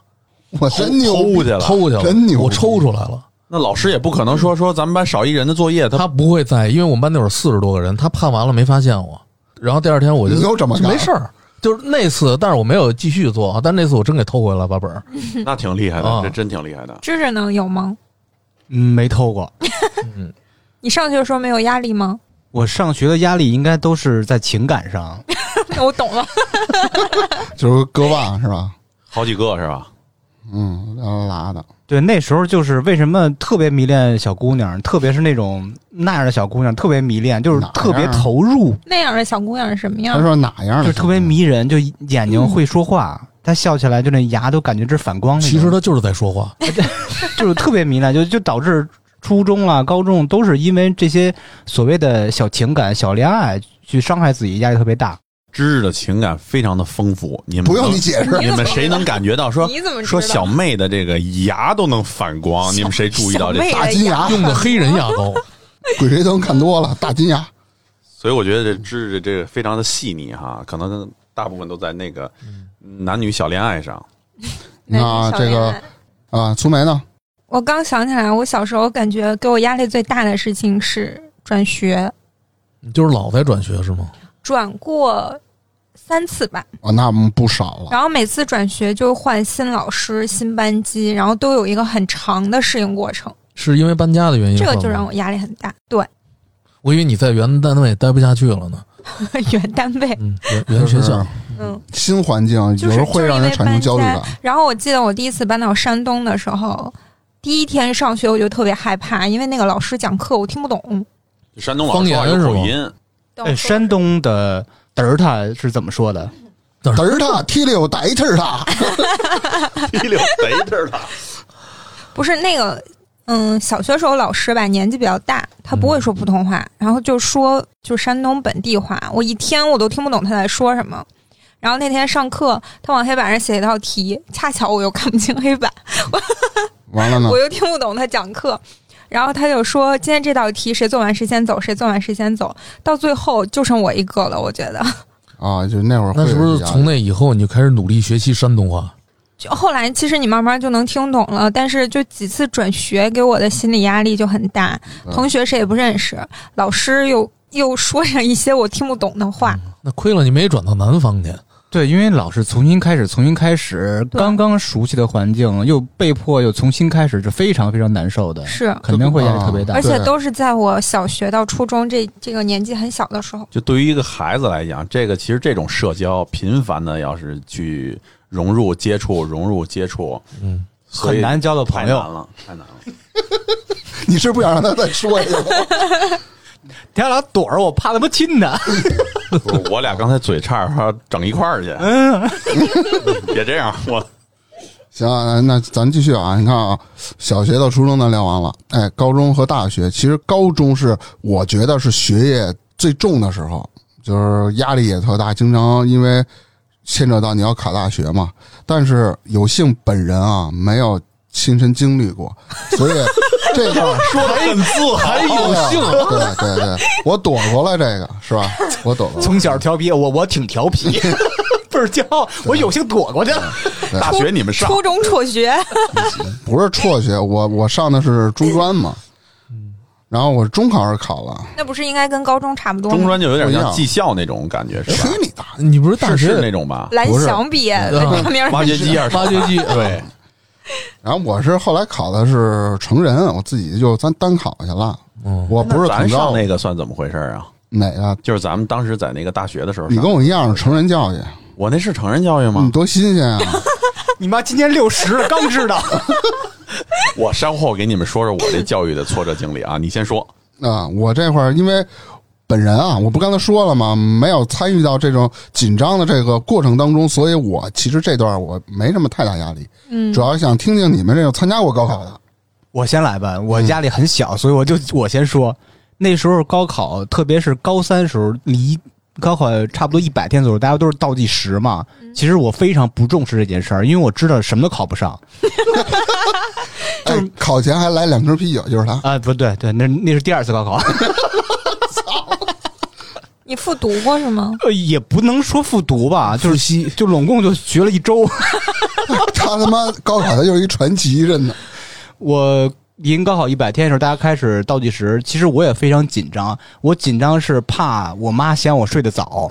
Speaker 1: 我真牛逼
Speaker 3: 偷去了，
Speaker 4: 偷去了，
Speaker 1: 真牛逼
Speaker 4: 我抽出来了。
Speaker 3: 那老师也不可能说说咱们班少一人的作业，
Speaker 4: 他不会在意，因为我们班那会儿四十多个人，他判完了没发现我，然后第二天我就
Speaker 1: 你又这么干
Speaker 4: 就没事儿，就是那次，但是我没有继续做啊，但那次我真给偷回来了把本
Speaker 1: 嗯
Speaker 4: 儿，
Speaker 3: 那挺厉害的，
Speaker 4: 啊
Speaker 3: 这真挺厉害的。
Speaker 6: 芝芝呢？有吗？
Speaker 2: 嗯，没偷过。
Speaker 6: 你上学的时候没有压力吗？
Speaker 2: 我上学的压力应该都是在情感上，
Speaker 6: 我懂了，
Speaker 1: 就是割腕是吧？
Speaker 3: 好几个是吧？
Speaker 1: 嗯，拉拉拉的，
Speaker 2: 对，那时候就是为什么特别迷恋小姑娘，特别是那种那样的小姑娘，特别迷恋，就是
Speaker 1: 哪样啊
Speaker 2: 特别投入，
Speaker 6: 那样的小姑娘是什么
Speaker 1: 他
Speaker 6: 样？
Speaker 1: 说哪啊嗯样
Speaker 2: 就
Speaker 1: 的？
Speaker 2: 是特别。迷人，就眼睛会说话，她笑起来就那牙都感觉这反光那种。
Speaker 4: 其实他就是在说 话，
Speaker 2: 就是特别迷恋，就就导致初中啊、高中都是因为这些所谓的小情感、小恋爱去伤害自己，压力特别大。
Speaker 3: 知识的情感非常的丰富，你们
Speaker 1: 不用
Speaker 3: 能
Speaker 1: 你 解释
Speaker 3: 你们谁能感觉到说
Speaker 6: 你怎么知道
Speaker 3: 说小妹的这个牙都能反光？你们谁注意到这
Speaker 6: 小妹
Speaker 3: 个？
Speaker 1: 大金牙，
Speaker 4: 用的黑人牙膏，
Speaker 1: 鬼吹灯看多了，大金牙。
Speaker 3: 所以我觉得这知识这个非常的细腻哈，可能大部分都在那个男女小恋爱上。
Speaker 1: 那
Speaker 6: 小
Speaker 1: 这
Speaker 6: 恋
Speaker 1: 个
Speaker 6: 爱
Speaker 1: 啊，粗梅呢？
Speaker 6: 我刚想起来，我小时候感觉给我压力最大的事情是转学，
Speaker 4: 你就是老在转学是吗？
Speaker 6: 转过三次吧。
Speaker 1: 啊，那我们不少了。
Speaker 6: 然后每次转学就换新老师、新班级，然后都有一个很长的适应过程，
Speaker 4: 是因为搬家的原因
Speaker 6: 这
Speaker 4: 换
Speaker 6: 个
Speaker 4: 吗？
Speaker 6: 就让我压力很大。对，
Speaker 4: 我以为你在原单位待不下去了呢。
Speaker 6: 原单位，
Speaker 4: 嗯，原原学校，
Speaker 6: 嗯。
Speaker 1: 新环境有
Speaker 6: 就
Speaker 1: 时
Speaker 6: 是
Speaker 1: 候会让人产生焦虑感。
Speaker 6: 然后我记得我第一次搬到山东的时候，第一天上学我就特别害怕，因为那个老师讲课我听不懂。
Speaker 3: 山东老
Speaker 4: 方
Speaker 3: 师
Speaker 4: 言
Speaker 3: 还有
Speaker 4: 是
Speaker 3: 口
Speaker 4: 吗
Speaker 3: 音，
Speaker 2: 哎，山东的嘚儿他是怎么说的？
Speaker 1: 嘚儿他踢溜逮踢儿 他，
Speaker 3: 一溜贼着了。
Speaker 6: 不是那个，嗯，小学时候老师吧年纪比较大，他不会说普通话，然后就说就山东本地话，我一天我都听不懂他在说什么。然后那天上课，他往黑板上写一道题，恰巧我又看不清黑板，
Speaker 1: 完了呢
Speaker 6: 我，又听不懂他讲课。然后他就说：“今天这道题谁做完谁先走，谁做完谁先走。”到最后就剩我一个了，我觉得。
Speaker 1: 啊，就那会儿会
Speaker 4: 那是不
Speaker 1: 有
Speaker 4: 是
Speaker 1: 这样
Speaker 4: 从那以后你就开始努力学习山东话？
Speaker 6: 就后来，其实你慢慢就能听懂了，但是就几次转学给我的心理压力就很大，
Speaker 1: 嗯
Speaker 6: 同学谁也不认识，老师又 又说上一些我听不懂的话，
Speaker 3: 嗯
Speaker 4: 那亏了你没转到南方去。
Speaker 2: 对，因为老是重新开始，重新开始，
Speaker 6: 对
Speaker 2: 刚刚熟悉的环境又被迫又重新开始，是非常非常难受的，
Speaker 6: 是
Speaker 2: 肯定会压力特别大
Speaker 6: 而。且
Speaker 1: 对
Speaker 6: 都是在我小学到初中这这个年纪很小的时 候。
Speaker 3: 就对于一个孩子来讲，这个其实这种社交频繁的，要是去融入、接触、融入、接触，
Speaker 4: 嗯，
Speaker 3: 所以
Speaker 2: 很难交到
Speaker 3: 太
Speaker 2: 朋
Speaker 3: 难
Speaker 2: 友。
Speaker 3: 了，太难了。
Speaker 1: 你是不想让他再说一个？
Speaker 2: 他俩躲着我，怕他妈亲他。
Speaker 3: 不是我俩刚才嘴差点儿整一块儿去， 别这样，我
Speaker 1: 行啊，那咱继续啊。你看啊，小学到初中咱聊完了，哎，高中和大学，其实高中是我觉得是学业最重的时候，就是压力也特大，经常因为牵扯到你要考大学嘛。但是有幸本人啊没有亲身经历过，所以这 块儿
Speaker 3: 说的很自豪。
Speaker 1: 哎有幸，对对对，我躲过了这个是吧？我躲过了。
Speaker 2: 从小调皮，我我挺调 皮，嗯倍儿骄傲，我有幸躲过去了。
Speaker 3: 大学你们上，
Speaker 6: 初中辍学，
Speaker 1: 不是辍学，我我上的是中专嘛，然后我中考是考了，
Speaker 6: 那不是应该跟高中差不多
Speaker 3: 中
Speaker 6: 吗？
Speaker 3: 专就有点
Speaker 1: 不一
Speaker 3: 像
Speaker 1: 样
Speaker 3: 技校那种感觉，是
Speaker 1: 去
Speaker 3: 吧？
Speaker 1: 哎你的！
Speaker 4: 你不是大
Speaker 3: 是
Speaker 4: 学
Speaker 3: 是那种吧？
Speaker 6: 蓝
Speaker 1: 不是
Speaker 6: 翔毕业的，
Speaker 4: 嗯
Speaker 6: 大名儿
Speaker 3: 挖掘机啊，
Speaker 4: 挖掘机？
Speaker 3: 对，
Speaker 1: 然后我是后来考的是成人，我自己就单单考去了，
Speaker 4: 嗯，
Speaker 1: 我不是
Speaker 3: 咱
Speaker 1: 统
Speaker 3: 上
Speaker 1: 招
Speaker 3: 那个算怎么回事儿啊？
Speaker 1: 哪个？
Speaker 3: 就是咱们当时在那个大学的时候上，
Speaker 1: 你跟我一样是成人教育，
Speaker 3: 我那是成人教育
Speaker 1: 你
Speaker 3: 吗？
Speaker 1: 多新 鲜啊！
Speaker 2: 你妈今年六十了，刚知道。
Speaker 3: 我稍后给你们说说我这教育的挫折经历啊。你先说，
Speaker 1: 啊，我这块儿因为本人啊，我不刚才说了吗？没有参与到这种紧张的这个过程当中，所以我其实这段我没什么太大压力。嗯，主要想听听你们这种参加过高考的。
Speaker 2: 我先来吧，我压力很小，所以我就我先说。那时候高考，特别是高三时候，离高考差不多一百天左右，大家都是倒计时嘛。
Speaker 6: 嗯
Speaker 2: 其实我非常不重视这件事儿，因为我知道什么都考不上
Speaker 1: 哎，考前还来两瓶啤酒， 就是他。
Speaker 2: 啊。不对，对，那那是第二次高考，
Speaker 6: 你复读过是吗？
Speaker 2: 呃也不能说复读吧，就
Speaker 4: 复
Speaker 2: 是
Speaker 4: 习
Speaker 2: 就拢共就学了一周。
Speaker 1: 他他妈高考他就是一传奇，真的。
Speaker 2: 我临高考一百天的时候，大家开始倒计时，其实我也非常紧张。我紧张是怕我妈嫌我睡得早，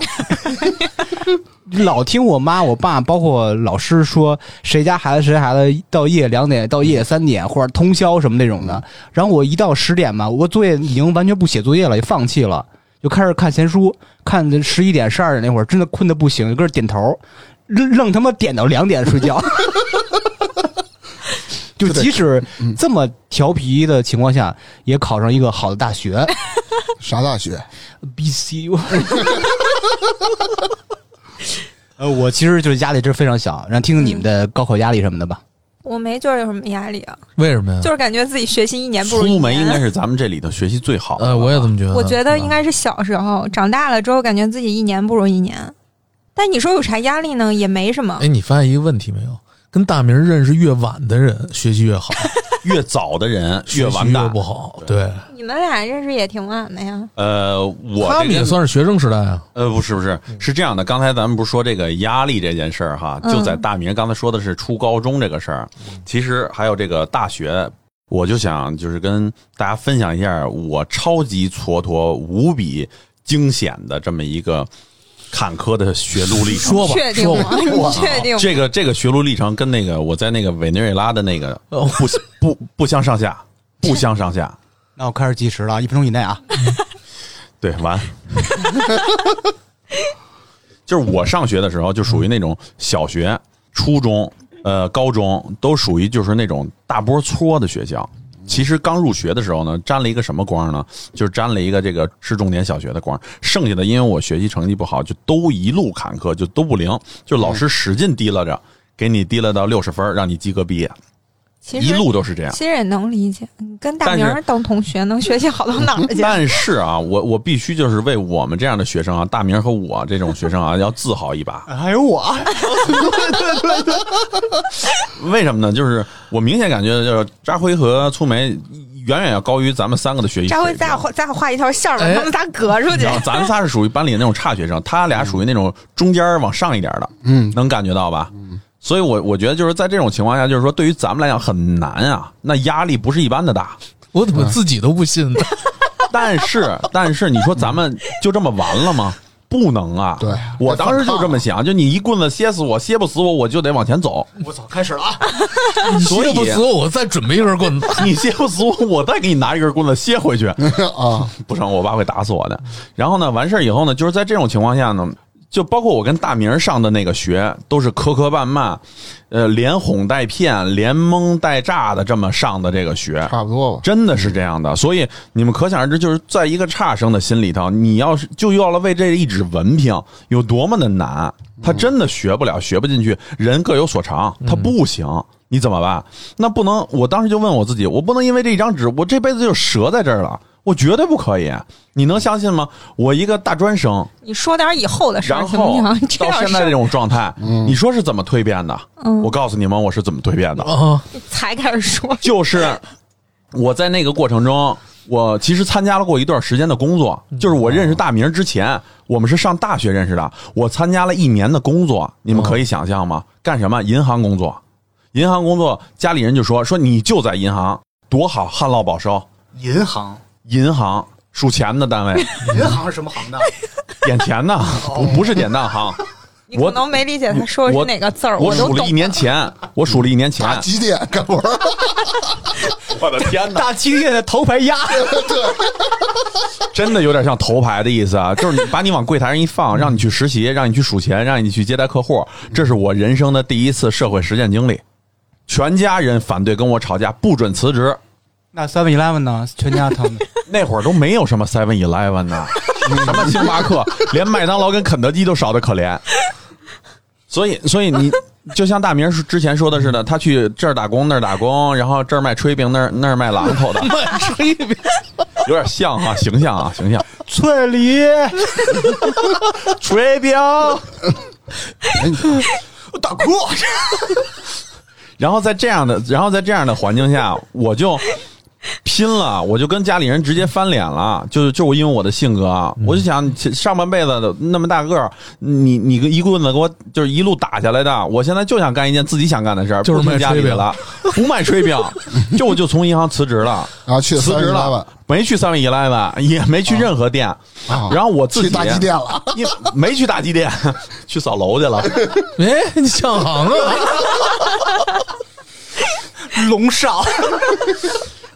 Speaker 2: 老听我妈、我爸，包括老师说谁家孩子谁家孩子到夜两点、到夜三点或者通宵什么那种的。然后我一到十点吧，我作业已经完全不写作业了，也放弃了。就开始看闲书，看十一点、十二点那会儿，真的困得不行，就跟着点头，愣愣他妈点到两点睡觉。就即使这么调皮的情况下，也考上一个好的大 学
Speaker 1: 啥大学？
Speaker 2: ，BCU。呃，我其实就是压力真非常小，然后听听你们的高考压力什么的吧。
Speaker 6: 我没觉得有什么压力啊，
Speaker 3: 嗯
Speaker 4: 为什么呀
Speaker 6: 就？是感觉自己学习一年哎不如一
Speaker 3: 苏梅
Speaker 6: 年。
Speaker 3: 应该是咱们这里头学习
Speaker 4: 呃
Speaker 3: 最好的。嗯
Speaker 4: 哎，我也这么觉得。
Speaker 6: 我觉得应
Speaker 4: 是吧
Speaker 6: 该是小时候，长大了之后感觉自己一年不如一年。但你说有啥压力呢？也没什么
Speaker 4: 哎，。你发现一个问题没有？跟大明认识越晚的人，学习越好，
Speaker 3: 越早的人
Speaker 4: 学习
Speaker 3: 完
Speaker 4: 越
Speaker 3: 蛋
Speaker 4: 不。好。对，
Speaker 6: 你们俩认识也挺晚的呀，
Speaker 3: 呃，我
Speaker 4: 他
Speaker 3: 这
Speaker 4: 们
Speaker 3: 个
Speaker 4: 也算是学生时代啊。
Speaker 3: 呃，不是不是，是这样的。刚才咱们不是说这个压力这件事儿哈，就
Speaker 4: 嗯
Speaker 3: 在大明刚才说的是初高中这个事儿，其实还有这个大学，我就想就是跟大家分享一下我超级蹉跎、无比惊险的这么一个坎坷的学路历 程。
Speaker 4: 说吧，
Speaker 6: 确定
Speaker 4: 说
Speaker 6: 吗？
Speaker 4: 吧，
Speaker 6: 你确定
Speaker 3: 啊
Speaker 6: 吗？
Speaker 3: 这个这个学路历程跟那个我在那个委内瑞拉的那个
Speaker 4: 哦
Speaker 3: 不不不相上下，不相上下。
Speaker 2: 那我开始计时了，一分钟以内啊！
Speaker 3: 对，完。 就是我上学的时候，就属于那种小学、初中、呃高中都属于就是那种大波搓的学校。其实刚入学的时候呢，沾了一个什么光呢？就是沾了一个这个市重点小学的光。剩下的因为我学习成绩不好，就都一路坎坷，就都不灵，就老师使劲提拉着，给你提拉到六十分儿，让你及格毕业，
Speaker 6: 其
Speaker 3: 一
Speaker 6: 实
Speaker 3: 路都是这样。
Speaker 6: 其实也能理解，你跟大
Speaker 3: 但
Speaker 6: 明
Speaker 3: 是
Speaker 6: 儿当同学能学习好到哪儿去？
Speaker 3: 但是啊，我我必须就是为我们这样的学生啊，大明和我这种学生啊，要自豪一
Speaker 7: 哎
Speaker 3: 把。
Speaker 2: 还有我，
Speaker 3: 为什么呢？就是我明显感觉，就是扎辉和粗梅远远要高于咱们三个的学习水平。
Speaker 6: 扎辉，咱俩画咱俩画一条线儿吧，
Speaker 4: 哎
Speaker 6: 把他们仨隔出去
Speaker 3: 然。后咱仨是属于班里那种差学生，他俩属于那种中间儿往上一点的，嗯，能感觉到吧？所以我，我觉得就是在这种情况下，就是说，对于咱们来讲很难啊，那压力不是一般的大。
Speaker 4: 我怎么自己都不信呢？
Speaker 3: 但是，但是，你说咱们就这么完了吗？不能啊！
Speaker 1: 对
Speaker 3: 我当时就这么想，就你一棍子歇死我，歇不死我，我就得往前走。
Speaker 7: 我操，开始了啊！
Speaker 4: 你
Speaker 3: 所
Speaker 4: 信
Speaker 3: 以
Speaker 4: 不死我，我再准备一根棍子。
Speaker 3: 你歇不死我，我再给你拿一根棍子歇回去。
Speaker 1: 啊，
Speaker 3: 不成，我爸会打死我的。然后呢，完事儿以后呢，就是在这种情况下呢，就包括我跟大明儿上的那个学，都是磕磕绊绊，呃，连哄带骗，连蒙带诈的这么上的这个学。
Speaker 1: 差不多吧。
Speaker 3: 真的是这样的，所以你们可想而知，就是在一个差生的心里头，你要是就要了为这一纸文凭有多么的难，他真的学不了，学不进去，人各有所长，
Speaker 6: 嗯
Speaker 3: 他不行，你怎么办？那不能，我当时就问我自己，我不能因为这一张纸，我这辈子就折在这儿了。我绝对不可以，你能相信吗？我一个大专生，
Speaker 6: 你说点儿以后的事儿
Speaker 3: 然
Speaker 6: 行
Speaker 3: 后
Speaker 6: 不行？这
Speaker 3: 到
Speaker 6: 样嗯
Speaker 3: 现在这种状态，你说是怎么蜕变的？我告诉你们，我是怎么蜕变的。
Speaker 4: 啊，
Speaker 6: 才开始说，
Speaker 3: 就是我在那个过程中，我其实参加了过一段时间的工作，
Speaker 6: 嗯
Speaker 3: 就是我
Speaker 6: 哦
Speaker 3: 认识大明之前，我们是上大学认识的。我参加了一年的工作，你们可
Speaker 6: 哦
Speaker 3: 以想象吗？干什么？银行工作，银行工作，家里人就说说你就在银行多好，旱涝保收，
Speaker 7: 银行，
Speaker 3: 银行数钱的单位，
Speaker 7: 银行是什么行哦当？
Speaker 3: 点钱呢，不不是典当行。
Speaker 6: 你可能没理解他说的是哪个字儿，
Speaker 3: 我
Speaker 6: 都
Speaker 3: 数了
Speaker 6: 懂
Speaker 3: 一。年前，我数了一年前，
Speaker 1: 打几点干活？
Speaker 3: 我的天哪！
Speaker 2: 大七现的头牌压，
Speaker 3: 真的有点像头牌的意思啊，就是你把你往柜台上一放，让你去实习，让你去数钱，让你去接待客户，这是我人生的第一次社会实践经历。全家人反对跟我吵架，不准辞职。
Speaker 2: 那 Seven Eleven 呢？全家他 们
Speaker 3: 那会儿都没有什么 Seven Eleven 呢，什么星巴克，连麦当劳跟肯德基都少的可怜。所以，所以你就像大明之前说的似的，他去这儿打工那儿打工，然后这儿卖炊饼那儿那儿卖榔头的，有点像啊，形象啊，形 象。
Speaker 2: 翠梨，
Speaker 3: 炊饼。哎
Speaker 7: 大哭，
Speaker 3: 然后在这样的，然后在这样的环境下，我就拼了，我就跟家里人直接翻脸了。就是就我因为我的性格啊，我就想其上半辈子那么大个儿，你你个一棍子给我就是一路打下来的，我现在就想干一件自己想干的事儿，
Speaker 4: 就是
Speaker 3: 不听
Speaker 4: 卖
Speaker 3: 家里
Speaker 4: 炊饼
Speaker 3: 的了，不卖炊饼，就我就从银行辞职了。
Speaker 1: 然后去
Speaker 3: 辞
Speaker 1: 三
Speaker 3: 职
Speaker 1: 十八
Speaker 3: 了
Speaker 1: 万，
Speaker 3: 没去三 e 一 eleven，也没去任何店，
Speaker 1: 啊
Speaker 3: 然后我自己
Speaker 1: 去大机店 了。
Speaker 3: 你没去大机店， 去扫楼去了。
Speaker 4: 哎，你上行啊？
Speaker 2: 龙少，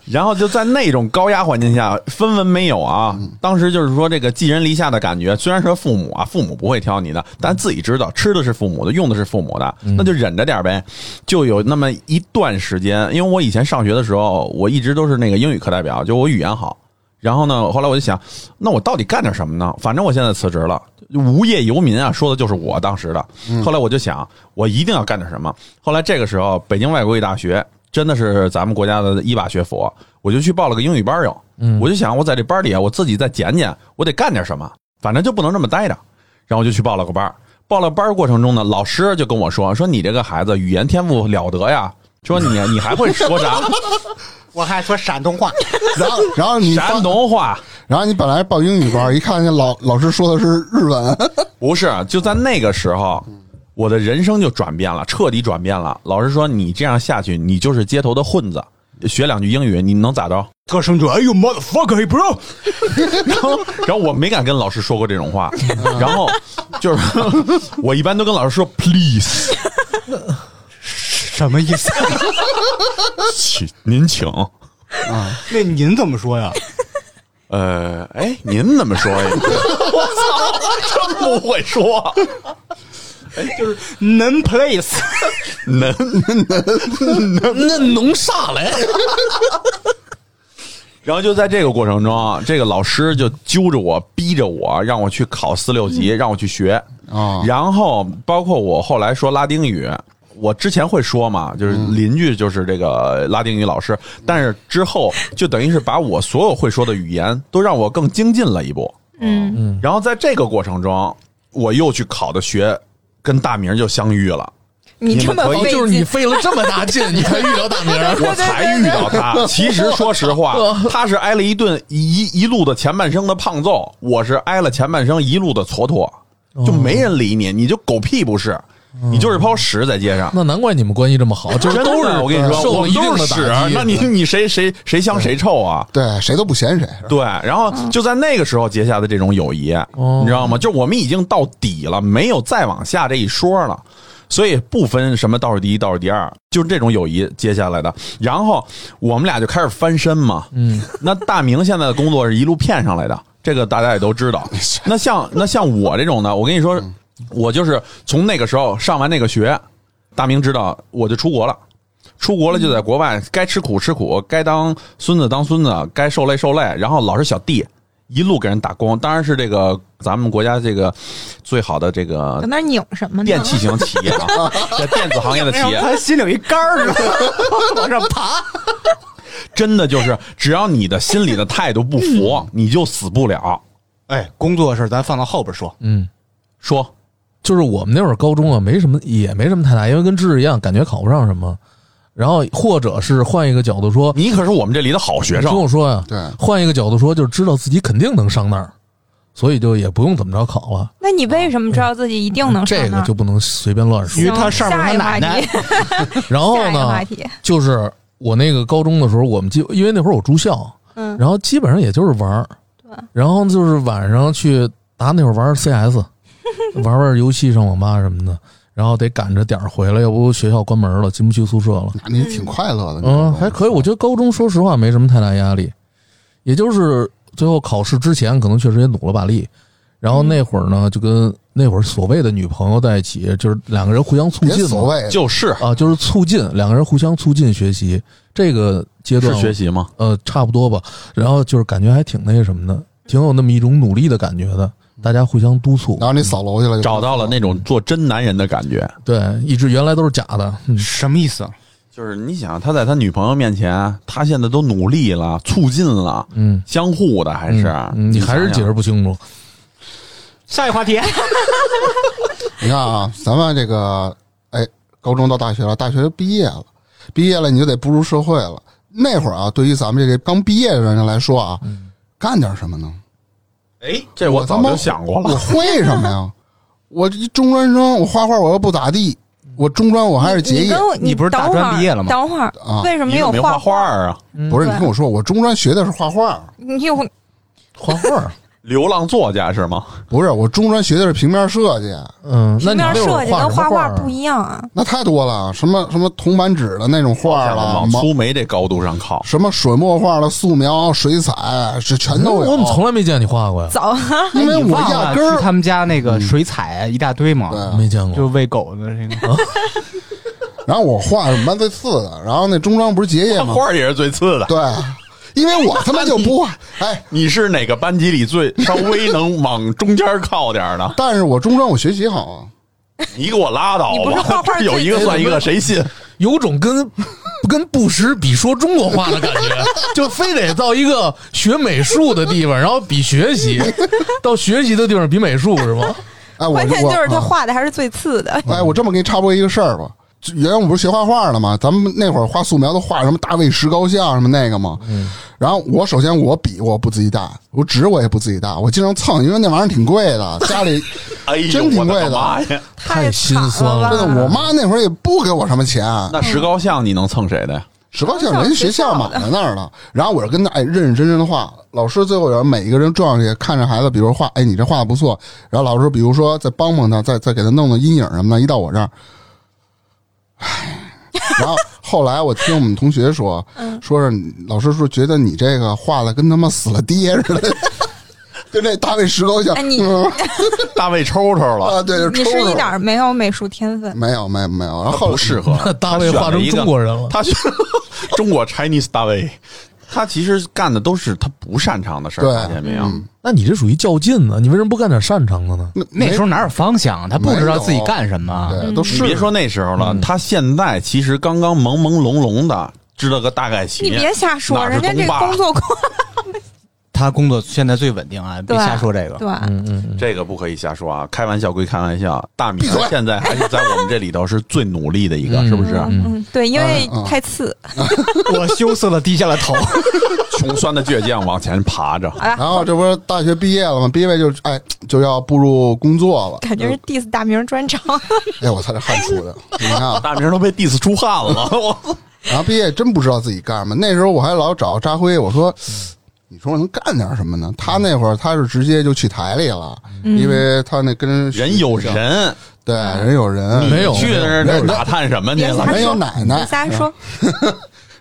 Speaker 3: 然后就在那种高压环境下，分文没有啊。当时就是说这个寄人篱下的感觉，虽然说父母啊，父母不会挑你的，但自己知道吃的是父母的，用的是父母的，那就忍着点呗。就有那么一段时间，因为我以前上学的时候，我一直都是那个英语课代表，就我语言好。然后呢，后来我就想，那我到底干点什么呢？反正我现在辞职了，无业游民啊，说的就是我当时的。后来我就想，我一定要干点什么。后来这个时候，北京外国语大学真的是咱们国家的一把学府，我就去报了个英语班儿又。我就想，我在这班里啊，我自己再捡捡，我得干点什么，反正就不能这么待着。然后我就去报了个班儿，报了班儿过程中呢，老师就跟我说说你这个孩子语言天赋了得呀，说你你还会说啥
Speaker 7: 我还说山东话，
Speaker 1: 然后 然后你
Speaker 3: 山
Speaker 1: 报，
Speaker 3: 东话。
Speaker 1: 然后你本来报英语班，一看见老老师说的是日 文，
Speaker 3: 不是，就在那个时候，
Speaker 7: 嗯
Speaker 3: 我的人生就转变了，彻底转变了。老师说你这样下去，你就是街头的混子，学两句英语，你能咋着？
Speaker 2: 特生者，哎呦 motherfucker bro，
Speaker 3: 然后，然后我没敢跟老师说过这种话， 然后就是我一般都跟老师说 please，
Speaker 2: 什么意 思？
Speaker 3: 请您请。
Speaker 2: 啊那您怎么说呀？
Speaker 3: 呃，哎，您怎么说呀？ 我操，真不会说。
Speaker 2: 能 place
Speaker 3: 能，
Speaker 4: 那弄啥嘞？
Speaker 3: 然后就在这个过程中啊，这个老师就揪着我，逼着我，让我去考四六级，让我去学。
Speaker 1: 啊
Speaker 3: 然后包括我后来说拉丁语，我之前会说嘛，就是邻居就是这个拉丁语老师，但是之后就等于是把我所有会说的语言都让我更精进了一步。
Speaker 6: 嗯，
Speaker 3: 然后在这个过程中，我又去考的学，跟大明就相遇了。
Speaker 6: 你这么
Speaker 3: 你们
Speaker 6: 费
Speaker 4: 哦就是你
Speaker 6: 劲，
Speaker 4: 费了这么大劲，你才遇到大明儿。
Speaker 3: 我才遇到他。其实说实话，他是挨了一顿一一路的前半生的胖揍，我是挨了前半生一路的蹉跎，
Speaker 4: 哦
Speaker 3: 就没人理你，你就狗屁不是，你就是泡屎在街 上。
Speaker 4: 那难怪你们关系这么好，哦就是
Speaker 3: 真
Speaker 4: 都是
Speaker 3: 的，我跟你说，
Speaker 4: 受
Speaker 3: 我
Speaker 4: 了
Speaker 3: 们
Speaker 4: 一定
Speaker 3: 都
Speaker 4: 的
Speaker 3: 是
Speaker 4: 打
Speaker 3: 屎啊
Speaker 4: 击。，
Speaker 3: 那你你谁谁谁香谁臭啊？
Speaker 1: 对，谁都不嫌谁。是吧
Speaker 3: 对，然后就在那个时候结下的这种友谊，
Speaker 4: 嗯哦
Speaker 3: 你知道吗？就我们已经到底了，没有再往下这一说了，所以不分什么倒数第一、倒数第二，就是这种友谊接下来的。然后我们俩就开始翻身嘛。嗯，那大明现在的工作是一路骗上来的，这个大家也都知道。那像那像我这种呢，我跟你说，我就是从那个时候上完那个学，大明知道我就出国了。出国了就在国外，该吃苦吃苦，该当孙子当孙子，该受累受累，然后老是小弟，一路给人打工。当然是这个咱们国家这个最好的这个
Speaker 6: 搁那儿拧什么 呢？
Speaker 3: 电器型企业啊，在电子行业的企业，
Speaker 2: 心里有一杆儿， 往上爬。
Speaker 3: 真的就是只要你的心里的态度不服，你就死不了。
Speaker 2: 哎，工作的事儿咱放到后边说。
Speaker 4: 嗯，
Speaker 3: 说
Speaker 4: 就是我们那会儿高中啊，没什么，也没什么太大，因为跟志一样，感觉考不上什么。然后或者是换一个角度说，
Speaker 3: 你可是我们这里的好学
Speaker 4: 你听
Speaker 3: 生，
Speaker 4: 我说呀，
Speaker 1: 对
Speaker 4: 换一个角度说，就是知道自己肯定能上那儿，所以就也不用怎么着考了。
Speaker 6: 那你为什么知道自己一定能
Speaker 3: 嗯
Speaker 6: 上
Speaker 4: 这
Speaker 6: 那
Speaker 4: 个
Speaker 6: 儿？
Speaker 4: 就不能随便乱说
Speaker 2: 因。为他上面
Speaker 6: 下一
Speaker 2: 他
Speaker 6: 个
Speaker 2: 奶
Speaker 6: 话
Speaker 2: 奶
Speaker 6: 题，
Speaker 4: 然后
Speaker 6: 下一个
Speaker 4: 呢
Speaker 6: 话，题，
Speaker 4: 就是我那个高中的时候，我们基因为那会儿我住校，
Speaker 6: 嗯，
Speaker 4: 然后基本上也就是玩儿，然后就是晚上去打那会儿玩儿 CS，玩玩游戏、上网吧什么的，然后得赶着点儿回来，要不学校关门了，进不去宿舍了。
Speaker 1: 你挺快乐的，你
Speaker 4: 嗯，还可以，我觉得高中说实话没什么太大压力，也就是最后考试之前可能确实也努了把力，然后那会儿呢就跟那会儿所谓的女朋友在一起，就是两个人互相促
Speaker 1: 别
Speaker 4: 进
Speaker 1: 所
Speaker 4: 嘛，
Speaker 1: 谓，
Speaker 3: 就是
Speaker 4: 啊，就是促进两个人互相促进学习这个阶
Speaker 3: 是
Speaker 4: 段，
Speaker 3: 学习吗？
Speaker 4: 呃，差不多吧。然后就是感觉还挺那什么的，挺有那么一种努力的感觉的，大家互相督促
Speaker 1: 然。后你扫楼去了，
Speaker 3: 找到了那种做真男人的感觉。
Speaker 4: 对，一直原来都是假的，嗯
Speaker 2: 什么意思？
Speaker 3: 就是你想，他在他女朋友面前，他现在都努力了，促进了，
Speaker 4: 嗯，
Speaker 3: 相互的还
Speaker 4: 嗯
Speaker 3: 是、啊
Speaker 4: 嗯你还是解
Speaker 3: 想
Speaker 4: 释
Speaker 3: 想
Speaker 4: 不清楚。
Speaker 2: 下一话题，
Speaker 1: 你看啊，咱们这个哎，高中到大学了，大学就毕业了，毕业了你就得步入社会了。那会儿啊，对于咱们这个刚毕业的人来说啊，
Speaker 3: 嗯
Speaker 1: 干点什么呢？
Speaker 3: 哎这我
Speaker 1: 他
Speaker 3: 早
Speaker 1: 妈
Speaker 3: 就想过
Speaker 1: 我
Speaker 3: 了。
Speaker 1: 会什么呀？我一中专生，我画画我又不咋地，我中专我还是结
Speaker 6: 你
Speaker 1: 业。
Speaker 6: 跟我
Speaker 2: 你不是大
Speaker 6: 等会
Speaker 2: 专
Speaker 6: 儿
Speaker 2: 毕业了吗
Speaker 6: 等会儿
Speaker 1: 啊
Speaker 6: 为什么
Speaker 3: 你
Speaker 6: 有
Speaker 3: 没画
Speaker 6: 画？
Speaker 3: 儿啊？
Speaker 1: 不是，
Speaker 6: 嗯对
Speaker 1: 你听我说，我中专学的是画画，
Speaker 6: 你有
Speaker 4: 画画，
Speaker 3: 流浪作家是吗？
Speaker 1: 不是我中专学的是平面设计，
Speaker 4: 嗯，那你
Speaker 6: 平面
Speaker 4: 那会
Speaker 6: 设
Speaker 4: 儿
Speaker 6: 计跟
Speaker 4: 画
Speaker 6: 画
Speaker 4: 什么
Speaker 6: 画
Speaker 4: 啊
Speaker 6: 不一样啊。
Speaker 1: 那太多了，什么什么铜版纸的那种
Speaker 3: 啊
Speaker 1: 画了，
Speaker 3: 往
Speaker 1: 毛
Speaker 3: 粗眉这高度上靠，
Speaker 1: 什么水墨画了、素描、水彩，这全都有。
Speaker 4: 哎我怎么从来没见你画过呀？
Speaker 6: 早，
Speaker 1: 因为
Speaker 2: 哎你
Speaker 1: 我
Speaker 2: 忘
Speaker 1: 压
Speaker 2: 了
Speaker 1: 根
Speaker 2: 去
Speaker 1: 儿
Speaker 2: 他们家那个水彩一大堆嘛，
Speaker 1: 对
Speaker 4: 没见
Speaker 2: 就
Speaker 4: 过。
Speaker 2: 喂狗的这个。
Speaker 1: 然后我画什么班最次的，然后那中专不是结业
Speaker 3: 画
Speaker 1: 吗？
Speaker 3: 画也是最次的。
Speaker 1: 对，因为我他妈就不画，哎，
Speaker 3: 你是哪个班级里 最稍微能往中间靠点儿的？
Speaker 1: 但是我中专我学习好啊，
Speaker 3: 你给我拉倒
Speaker 6: 你不是画
Speaker 3: 吧！
Speaker 6: 画
Speaker 3: 有一个算一个，谁信？
Speaker 4: 有种跟跟不识比说中国话的感觉， 就非得到一个学美术的地方，然后比学习，到学习的地方比美术是吗？
Speaker 1: 哎，我
Speaker 6: 关键就是他
Speaker 1: 我
Speaker 6: 画的还是最次的，
Speaker 1: 哎，我这么给你插播一个事儿吧。就原来我不是学画画的嘛，咱们那会儿画素描都画什么大卫石膏像什么那个嘛。嗯。然后我首先我笔我不自己带，我纸我也不自己带，我经常蹭，因为那玩意儿挺贵的，家里
Speaker 3: 哎呦，
Speaker 1: 真挺贵的
Speaker 3: 我的妈呀！
Speaker 4: 太
Speaker 6: 惨
Speaker 4: 心酸了
Speaker 6: 吧！
Speaker 1: 真的，我妈那会儿也不给我什么钱。
Speaker 3: 那石膏像你能蹭谁的呀？
Speaker 1: 石膏像人家学校买在那儿了，然后我就跟他哎认认真真的画，老师最后也是每一个人撞上去看着孩子，比如画，哎你这画的不错，然后老师比如说再帮帮他，再再给他弄弄阴影什么的，一到我这儿，唉，然后后来我听我们同学说，说是老师说觉得你这个画的跟他妈死了爹似的， 就那大卫石膏像，
Speaker 6: 哎你
Speaker 1: 嗯
Speaker 3: 大卫抽抽了，
Speaker 1: 啊对，就
Speaker 6: 你
Speaker 1: 抽
Speaker 6: 是一
Speaker 1: 着
Speaker 6: 点儿没有美术天分，
Speaker 1: 没有没有没有，然后后来
Speaker 3: 不适合。
Speaker 4: 大卫化成中国人了，
Speaker 3: 他选中国 Chinese 大卫，他其实干的都是他不擅长的事儿，
Speaker 1: 对
Speaker 3: 发现没有？
Speaker 4: 那你这属于较劲呢？你为什么不干点擅长
Speaker 1: 哦
Speaker 4: 的呢？
Speaker 2: 那时候哪有方向？啊他不知道自己
Speaker 1: 没有
Speaker 2: 干什么。啊
Speaker 1: 对都
Speaker 3: 你
Speaker 1: 是
Speaker 6: 嗯
Speaker 3: 别说那时候了，他现在其实刚刚朦朦胧胧的知道个大概其
Speaker 6: 你
Speaker 3: 面。
Speaker 6: 别瞎说，
Speaker 3: 哪
Speaker 6: 人
Speaker 3: 是
Speaker 6: 家这
Speaker 3: 东坝
Speaker 6: 工作狂，
Speaker 2: 他工作现在最稳定啊，别
Speaker 6: 对
Speaker 2: 瞎说这个。
Speaker 6: 对，
Speaker 4: 嗯嗯，
Speaker 3: 这个不可以瞎说啊！开玩笑归开玩笑，大米
Speaker 1: 闭嘴
Speaker 3: 现在还是在我们这里头是最努力的一个，
Speaker 4: 嗯
Speaker 3: 是不是？
Speaker 6: 嗯，对，因为
Speaker 1: 嗯嗯
Speaker 6: 太次。
Speaker 2: 我羞涩的低下 了头。
Speaker 3: 穷酸的倔强往前爬着。
Speaker 1: 然后这不是大学毕业了吗？毕业就哎就要步入工作了，
Speaker 6: 感觉是 diss 大明专场，
Speaker 1: 哎，我操，这汗出的，你看啊，
Speaker 3: 大明都被 diss 出汗了， 我
Speaker 1: 然后毕业真不知道自己干什么。那时候我还老找扎辉，我说，你说我能干点什么呢？他那会儿他是直接就去台里了，因为他那跟
Speaker 3: 人有，人，
Speaker 1: 对，人有人，
Speaker 4: 没有
Speaker 3: 去那儿
Speaker 1: 没有
Speaker 3: 打探什么去
Speaker 6: 别瞎
Speaker 3: 了
Speaker 6: 说，
Speaker 1: 没有奶奶
Speaker 6: 你瞎说，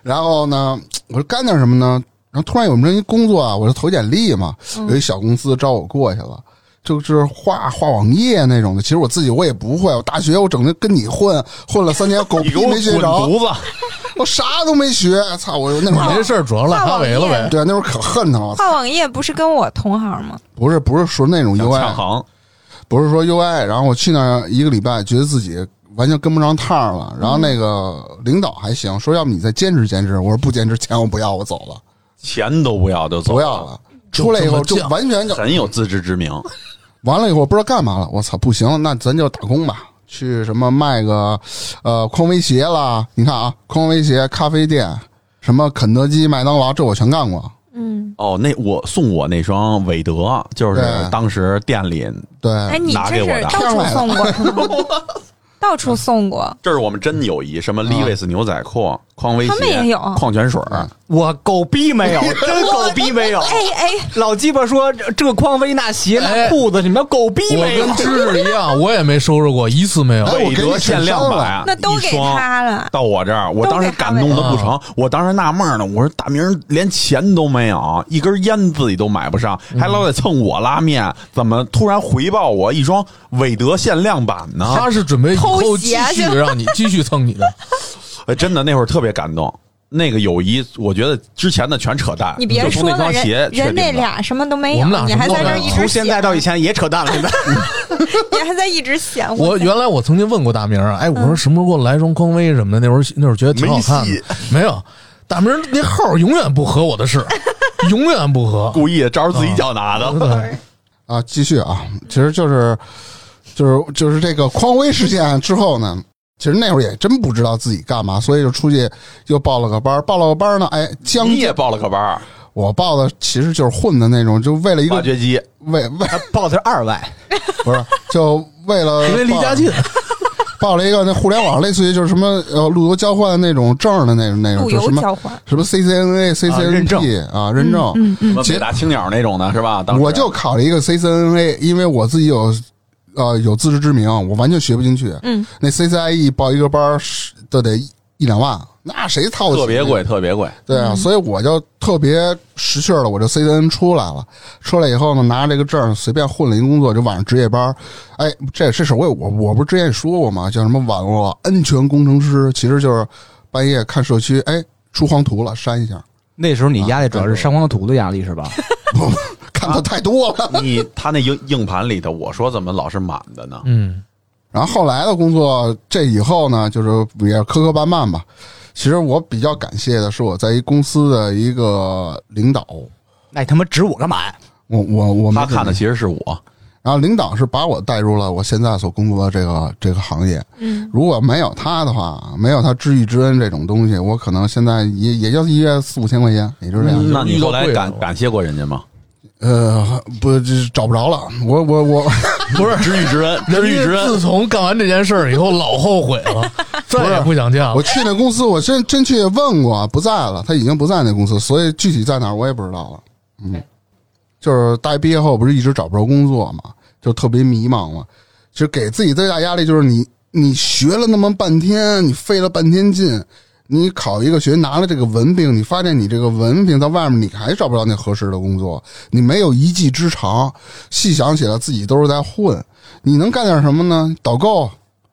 Speaker 1: 然后呢，我说干点什么呢？然后突然有这么一工作啊，我就投简历嘛，有一小公司招我过去了。就是画画网页那种的，其实我自己我也不会。我大学我整天跟你混，混了三年，狗
Speaker 3: 你
Speaker 1: 屁
Speaker 3: 给我
Speaker 1: 没学
Speaker 3: 滚
Speaker 1: 着，
Speaker 3: 犊子！
Speaker 1: 我啥都没学。操！我那会
Speaker 4: 你
Speaker 1: 儿
Speaker 3: 哦
Speaker 4: 这事儿主要赖哈维了呗。
Speaker 1: 对啊那会儿可恨他了。
Speaker 6: 画网页不是跟我同行吗？
Speaker 1: 不是不是说那种
Speaker 3: 想
Speaker 1: UI，
Speaker 3: 呛行，
Speaker 1: 不是说 UI，然后我去那儿一个礼拜，觉得自己完全跟不上趟了。然后那个领导还行，说要不你再坚持坚持。我说不坚持，钱我不要，我走了，
Speaker 3: 钱都不要就走，
Speaker 1: 不要了。出来以后就
Speaker 4: 就这么犟
Speaker 1: 完全就
Speaker 3: 很有自知之明。
Speaker 1: 完了以后不知道干嘛了。我操，不行，那咱就打工吧，去什么卖个呃匡威鞋啦，你看啊，匡威鞋、咖啡店，什么肯德基、麦当劳，这我全干过。
Speaker 6: 嗯，
Speaker 3: 哦，那我送我那双韦德，就是
Speaker 1: 对
Speaker 3: 当时店里，
Speaker 1: 对，
Speaker 6: 哎，你
Speaker 3: 拿
Speaker 6: 这
Speaker 3: 给我
Speaker 6: 是
Speaker 3: 的
Speaker 6: 到处送过是吗，到处送过，
Speaker 3: 这是我们真友谊，什么
Speaker 1: 嗯
Speaker 3: Levi's 牛仔裤、匡威
Speaker 6: 他们
Speaker 3: 鞋
Speaker 6: 也有、
Speaker 3: 矿泉水，
Speaker 2: 我狗逼没有，真 狗逼没有。
Speaker 6: 哎哎，
Speaker 2: 老鸡巴说这这匡威那鞋那
Speaker 4: 哎
Speaker 2: 裤子，你们狗逼
Speaker 4: 我
Speaker 2: 没有
Speaker 4: 跟？芝芝一样，我也没收着过一次没有
Speaker 1: 哎。我
Speaker 3: 韦
Speaker 1: 给你
Speaker 3: 德限
Speaker 1: 省
Speaker 3: 量
Speaker 1: 删了
Speaker 3: 版，
Speaker 6: 那都给
Speaker 3: 一双
Speaker 6: 他了。
Speaker 3: 到我这儿，我
Speaker 6: 都
Speaker 3: 当时
Speaker 6: 给他
Speaker 3: 感动的
Speaker 4: 了
Speaker 3: 不成，我当时纳闷呢，我说大明儿连钱都没有，一根烟自己都买不上，还老得蹭我拉面，怎么突然回报我一双韦德限量版呢？
Speaker 4: 他是准备以后继
Speaker 6: 偷
Speaker 4: 续
Speaker 6: 鞋去
Speaker 4: 让你继续蹭你的，
Speaker 3: 哎，真的那会儿特别感动。那个友谊，我觉得之前的全扯淡，
Speaker 6: 你别
Speaker 3: 就
Speaker 6: 说
Speaker 3: 从那
Speaker 6: 了，
Speaker 3: 双鞋
Speaker 6: 人
Speaker 3: 确
Speaker 6: 人那
Speaker 3: 定的。
Speaker 6: 俩什么都没
Speaker 4: 我
Speaker 6: 有
Speaker 4: 们俩，
Speaker 6: 你
Speaker 4: 什么
Speaker 6: 还
Speaker 4: 都
Speaker 6: 在这儿
Speaker 4: 没有
Speaker 6: 一直显，
Speaker 2: 以前也扯淡了，现 在
Speaker 6: 你还在一直显
Speaker 4: 我原来我曾经问过大明儿，哎，我说什么时候给我来双匡威什么的？那会儿那会儿觉得挺好看
Speaker 3: 没戏
Speaker 4: 的，没有。大明儿那号儿永远不合我的事，永远不合。
Speaker 3: 故意招着自己脚拿的，
Speaker 4: 对，
Speaker 1: 啊，继续啊，其实就是就是就是这个匡威事件之后呢，其实那会儿也真不知道自己干嘛，所以就出去又报了个班儿，报了个班儿呢，哎，将
Speaker 3: 你也报了个班儿，
Speaker 1: 我报的其实就是混的那种，就为了一
Speaker 3: 挖
Speaker 1: 个
Speaker 3: 掘机，
Speaker 1: 为为
Speaker 2: 他报的是二外，
Speaker 1: 不是就为了
Speaker 4: 因为离
Speaker 1: 报
Speaker 4: 家 近，
Speaker 1: 报了一个那互联网类似于就是什么呃路由交换的那种证儿的那种那种
Speaker 6: 路
Speaker 1: 就
Speaker 6: 由
Speaker 1: 什么
Speaker 6: 交换，
Speaker 1: 什么
Speaker 3: 啊
Speaker 1: CCNA、
Speaker 2: 认证
Speaker 1: CCNP 啊认证，
Speaker 6: 嗯嗯，
Speaker 3: 什么
Speaker 1: 其
Speaker 3: 北
Speaker 1: 实
Speaker 3: 大青鸟那种的是吧？当时啊
Speaker 1: 我就考了一个 CCNA，因为我自己有呃有自知之明，我完全学不进去。
Speaker 6: 嗯，
Speaker 1: 那 CCIE E 报一个班儿是都得一两万，那谁操得起？
Speaker 3: 特别贵，。特别贵。
Speaker 1: 对啊，所以我就特别识趣儿了，我就 CCN 出来了。出来以后呢，拿着这个证儿随便混了一工作，就晚上值夜班儿。哎，这这事儿我也我我不是之前也说过吗？叫什么网络安全工程师，其实就是半夜看社区，哎，出黄图了，删一下。
Speaker 2: 那时候你压力主要是上光图的压力是 吧？
Speaker 1: 看的太多了，
Speaker 3: 你他那硬硬盘里头，我说怎么老是满的呢？
Speaker 4: 嗯，
Speaker 1: 然后后来的工作，这以后呢，就是也磕磕绊绊吧。其实我比较感谢的是我在一公司的一个领导，
Speaker 2: 那你他妈指我干嘛呀？
Speaker 1: 我我我没
Speaker 3: 他看的其实是我，
Speaker 1: 然后领导是把我带入了我现在所工作的这个这个行业。
Speaker 6: 嗯，
Speaker 1: 如果没有他的话，没有他知遇之恩这种东西，我可能现在也也就一月四五千块钱，也就这样。
Speaker 4: 嗯
Speaker 3: 那你后来
Speaker 4: 遇到贵
Speaker 3: 感
Speaker 4: 了
Speaker 3: 感谢过人家吗？
Speaker 1: 呃，不，这找不着了。我我我，
Speaker 3: 不是，知遇之恩，知遇之
Speaker 4: 人家自
Speaker 3: 恩。
Speaker 4: 从干完这件事儿以后，老后悔了，再也不想嫁
Speaker 1: 我
Speaker 4: 了。
Speaker 1: 去那公司，我真真去问过，不在了，他已经不在那公司，所以具体在哪儿我也不知道了。嗯，就是大学毕业后不是一直找不着工作嘛，就特别迷茫嘛。其实给自己最大压力就是你你学了那么半天，你费了半天劲，你考一个学拿了这个文凭，你发现你这个文凭到外面你还找不着那合适的工作，你没有一技之长，细想起来自己都是在混。你能干点什么呢？导购、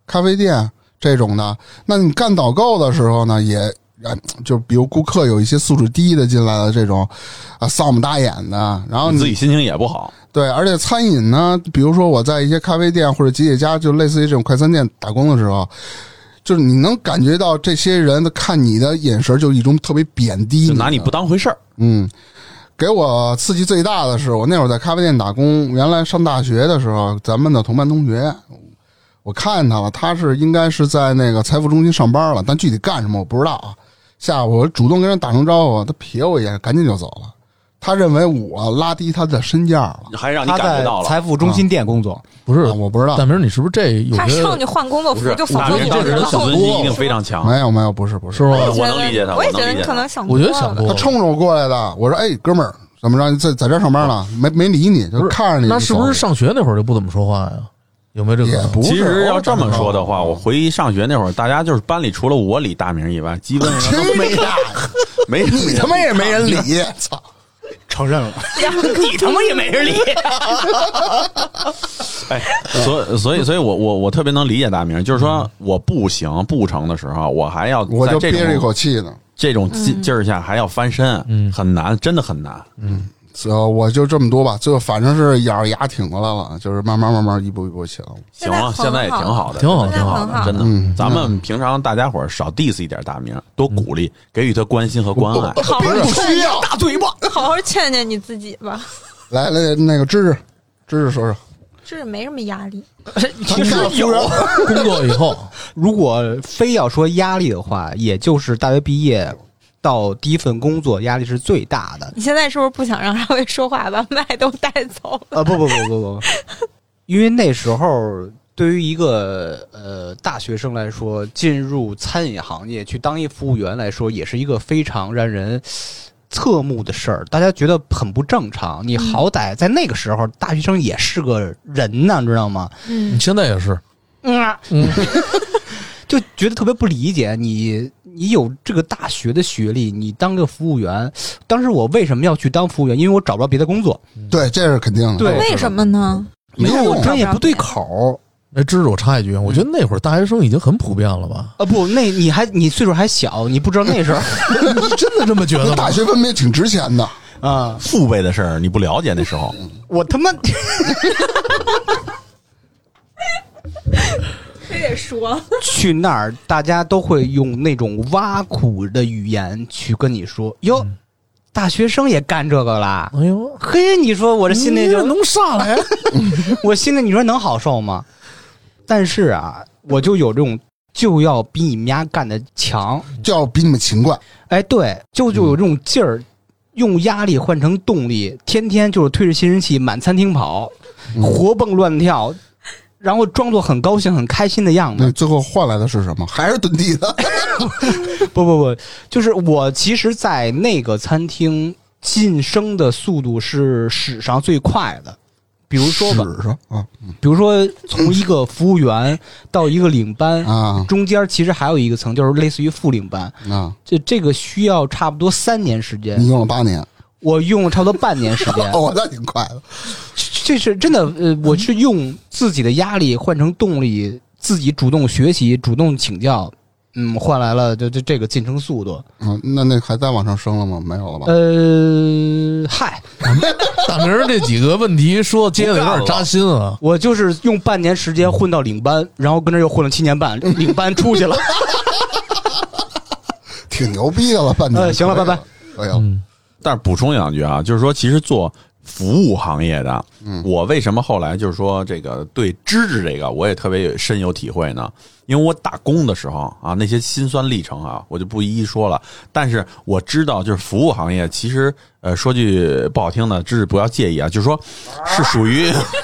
Speaker 1: 咖啡店这种的。那你干导购的时候呢，也啊，就比如顾客有一些素质低的进来了，这种啊丧不搭眼的，然后
Speaker 3: 你自己心情也不好，
Speaker 1: 对，而且餐饮呢，比如说我在一些咖啡店或者吉野家，就类似于这种快餐店打工的时候，就是你能感觉到这些人的看你的眼神，就一种特别贬低
Speaker 3: 就
Speaker 1: 的
Speaker 3: 拿你不当回事儿。
Speaker 1: 嗯，给我刺激最大的是，我那会儿在咖啡店打工，原来上大学的时候，咱们的同班同学，我看他了，他是应该是在那个财富中心上班了，但具体干什么我不知道啊。下午我主动跟人打声招呼，他瞥我一眼，赶紧就走了。他认为我拉低他的身价了，
Speaker 3: 还让你
Speaker 2: 他
Speaker 3: 感
Speaker 2: 在
Speaker 3: 觉到了。
Speaker 2: 财富中心店工作，
Speaker 4: 不是
Speaker 1: 啊，我不知道
Speaker 4: 大明，你是不是这有
Speaker 6: 他
Speaker 4: 些
Speaker 6: 上去换工作
Speaker 3: 不
Speaker 6: 服
Speaker 3: 是
Speaker 6: 就，
Speaker 3: 大
Speaker 6: 仿佛
Speaker 3: 明
Speaker 6: 你
Speaker 3: 当时
Speaker 6: 是
Speaker 3: 的
Speaker 6: 个
Speaker 3: 自
Speaker 6: 后
Speaker 3: 尊心一定
Speaker 6: 宫，
Speaker 3: 非常强。
Speaker 1: 没有没有，不是不是
Speaker 4: 是，吗？
Speaker 3: 我能理解他
Speaker 6: 我也
Speaker 3: 我能
Speaker 6: 觉得
Speaker 3: 理解
Speaker 6: 你
Speaker 3: 他
Speaker 6: 可能想多
Speaker 4: 我
Speaker 6: 了，
Speaker 4: 觉得想多
Speaker 1: 他
Speaker 4: 了。
Speaker 1: 冲着我过来的，我说：“哎，哥们儿，怎么让你在在这儿上班了？没没理你，
Speaker 4: 不
Speaker 1: 就是看着你就走了。
Speaker 4: 那是不是上学那会儿就不怎么说话呀？有没有这
Speaker 1: 也
Speaker 4: 个？
Speaker 1: 不是
Speaker 3: 其实要这么说的话，
Speaker 1: 偶
Speaker 3: 我
Speaker 1: 尔
Speaker 3: 回上学那会儿，大家就是班里除了我理大名以外，基本 上
Speaker 1: 打声
Speaker 3: 都
Speaker 1: 招呼
Speaker 3: 没
Speaker 1: 谁呀？
Speaker 3: 没人
Speaker 1: 你他妈也没人理，操！
Speaker 7: 承认 了，
Speaker 2: 你他妈也没 人理。
Speaker 3: 哎，所所以所以我我我特别能理解大明，就是说我不行不成的时候，我还要
Speaker 1: 我
Speaker 3: 在
Speaker 1: 就
Speaker 3: 这
Speaker 1: 憋着一
Speaker 3: 种
Speaker 1: 口气嗯呢。
Speaker 3: 这种劲劲儿下还要翻身，
Speaker 4: 嗯
Speaker 3: 很难，真的很难。
Speaker 1: 呃，我就这么多吧，最后反正是咬着牙挺过来了，就是慢慢慢慢一步一步起来了。
Speaker 3: 行啊，
Speaker 6: 现
Speaker 3: 现在
Speaker 6: 在很
Speaker 3: 也挺好的，
Speaker 4: 挺好
Speaker 6: 现在
Speaker 4: 挺好
Speaker 6: 很好
Speaker 3: 的，真
Speaker 1: 嗯
Speaker 3: 的。咱们平常大家伙儿少 diss 一点大明，多鼓励，给予他关心和关爱。
Speaker 6: 好
Speaker 1: 不
Speaker 6: 好
Speaker 1: 是不需要，
Speaker 7: 大嘴巴。
Speaker 6: 好好劝劝你自己吧，
Speaker 1: 来来那个芝芝，芝芝说说，
Speaker 6: 这是没什么压力。
Speaker 1: 其实有，
Speaker 4: 工作以后，
Speaker 2: 如果非要说压力的话，也就是大学毕业到第一份工作压力是最大的。
Speaker 6: 你现在是不是不想让他会说话，把麦都带走？
Speaker 2: 啊，不不不不 不，因为那时候对于一个呃大学生来说，进入餐饮行业去当一服务员来说，也是一个非常让人侧目的事儿。大家觉得很不正常。你好歹在那个时候，大学生也是个人呐，你知道吗？
Speaker 4: 你
Speaker 6: 嗯，
Speaker 4: 现在也是，
Speaker 2: 就觉得特别不理解你，你有这个大学的学历，你当个服务员，当时我为什么要去当服务员？因为我找不着别的工作，
Speaker 1: 对，这是肯定的。
Speaker 2: 嗯对
Speaker 6: 为什么呢？
Speaker 1: 没
Speaker 2: 因为我
Speaker 1: 用啊
Speaker 2: 专业不对口
Speaker 4: 哎，知识我插一句，我觉得那会儿大学生已经很普遍了吧？
Speaker 2: 啊！不，那你还你岁数还小，你不知道那时候
Speaker 4: 你 真的这么觉
Speaker 1: 那
Speaker 4: 得吗
Speaker 1: 大？学文凭挺值钱的，
Speaker 2: 啊，
Speaker 3: 父辈的事儿你不了解，那时候
Speaker 2: 我他妈
Speaker 6: 非得说，
Speaker 2: 去那儿，大家都会用那种挖苦的语言去跟你说：“哟，大学生也干这个啦
Speaker 4: 哎呦！”，
Speaker 2: 嘿，你说我
Speaker 4: 我
Speaker 2: 这心里就，
Speaker 4: 弄上来，
Speaker 2: 我心里你说能好受吗？但是啊，我就有这种就要比你们家干的强，
Speaker 1: 就要比你们勤快。
Speaker 2: 哎，对，就就有这种劲儿，用压力换成动力，天天就是推着吸尘器满餐厅跑，活蹦乱跳，然后装作很高兴、很开心的样子
Speaker 1: 那。最后换来的是什么？还是遁地的。
Speaker 2: 不不不，就是我其实，在那个餐厅晋升的速度是史上最快的。比如说吧，
Speaker 1: 使上啊
Speaker 2: 比如说从一个服务员到一个领班，
Speaker 1: 啊
Speaker 2: 中间其实还有一个层，就是类似于副领班。
Speaker 1: 啊！
Speaker 2: 这这个需要差不多三年时间
Speaker 1: 你，用了八年，
Speaker 2: 我用了差不多半年时间。
Speaker 1: 哦，那挺快的。
Speaker 2: 这是真的，呃，我是用自己的压力换成动力，自己主动学习、主动请教，嗯，换来了就就这个晋升速度。
Speaker 1: 嗯，那那还再往上升了吗？没有了吧？
Speaker 2: 呃，嗨，
Speaker 4: 大明儿这几个问题说接的有点扎心啊。
Speaker 2: 我就是用半年时间混到领班，然后跟这又混了七年半，领班出去了。
Speaker 1: 挺牛逼的了，半年。
Speaker 2: 呃行了拜拜。
Speaker 1: 哎呀，
Speaker 4: 嗯，
Speaker 3: 但是补充两句啊，就是说，其实做服务行业的。我为什么后来就是说这个对知识这个我也特别有深有体会呢？因为我打工的时候啊，那些辛酸历程啊，我就不一一说了。但是我知道，就是服务行业，其实呃，说句不好听的，知识不要介意啊，就是说是属于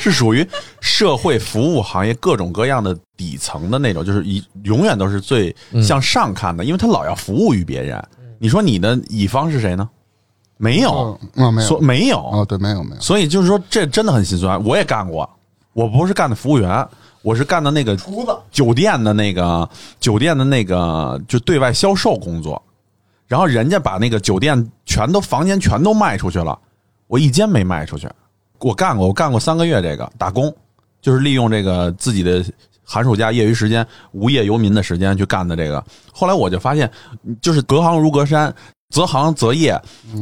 Speaker 3: 是属于社会服务行业各种各样的底层的那种，就是一永远都是最向上看的，因为他老要服务于别人。你说你的乙方是谁呢？没有，
Speaker 1: 嗯啊没有
Speaker 3: 所没有
Speaker 1: 哦，对，没有没有，
Speaker 3: 所以就是说，这真的很心酸。我也干过，我不是干的服务员，我是干的那个厨子，酒店的那个酒店的那个就对外销售工作。然后人家把那个酒店全都房间全都卖出去了，我一间没卖出去。我干过，我干过三个月这个打工，就是利用这个自己的寒暑假、业余时间、无业游民的时间去干的这个。后来我就发现，就是隔行如隔山，择行择业，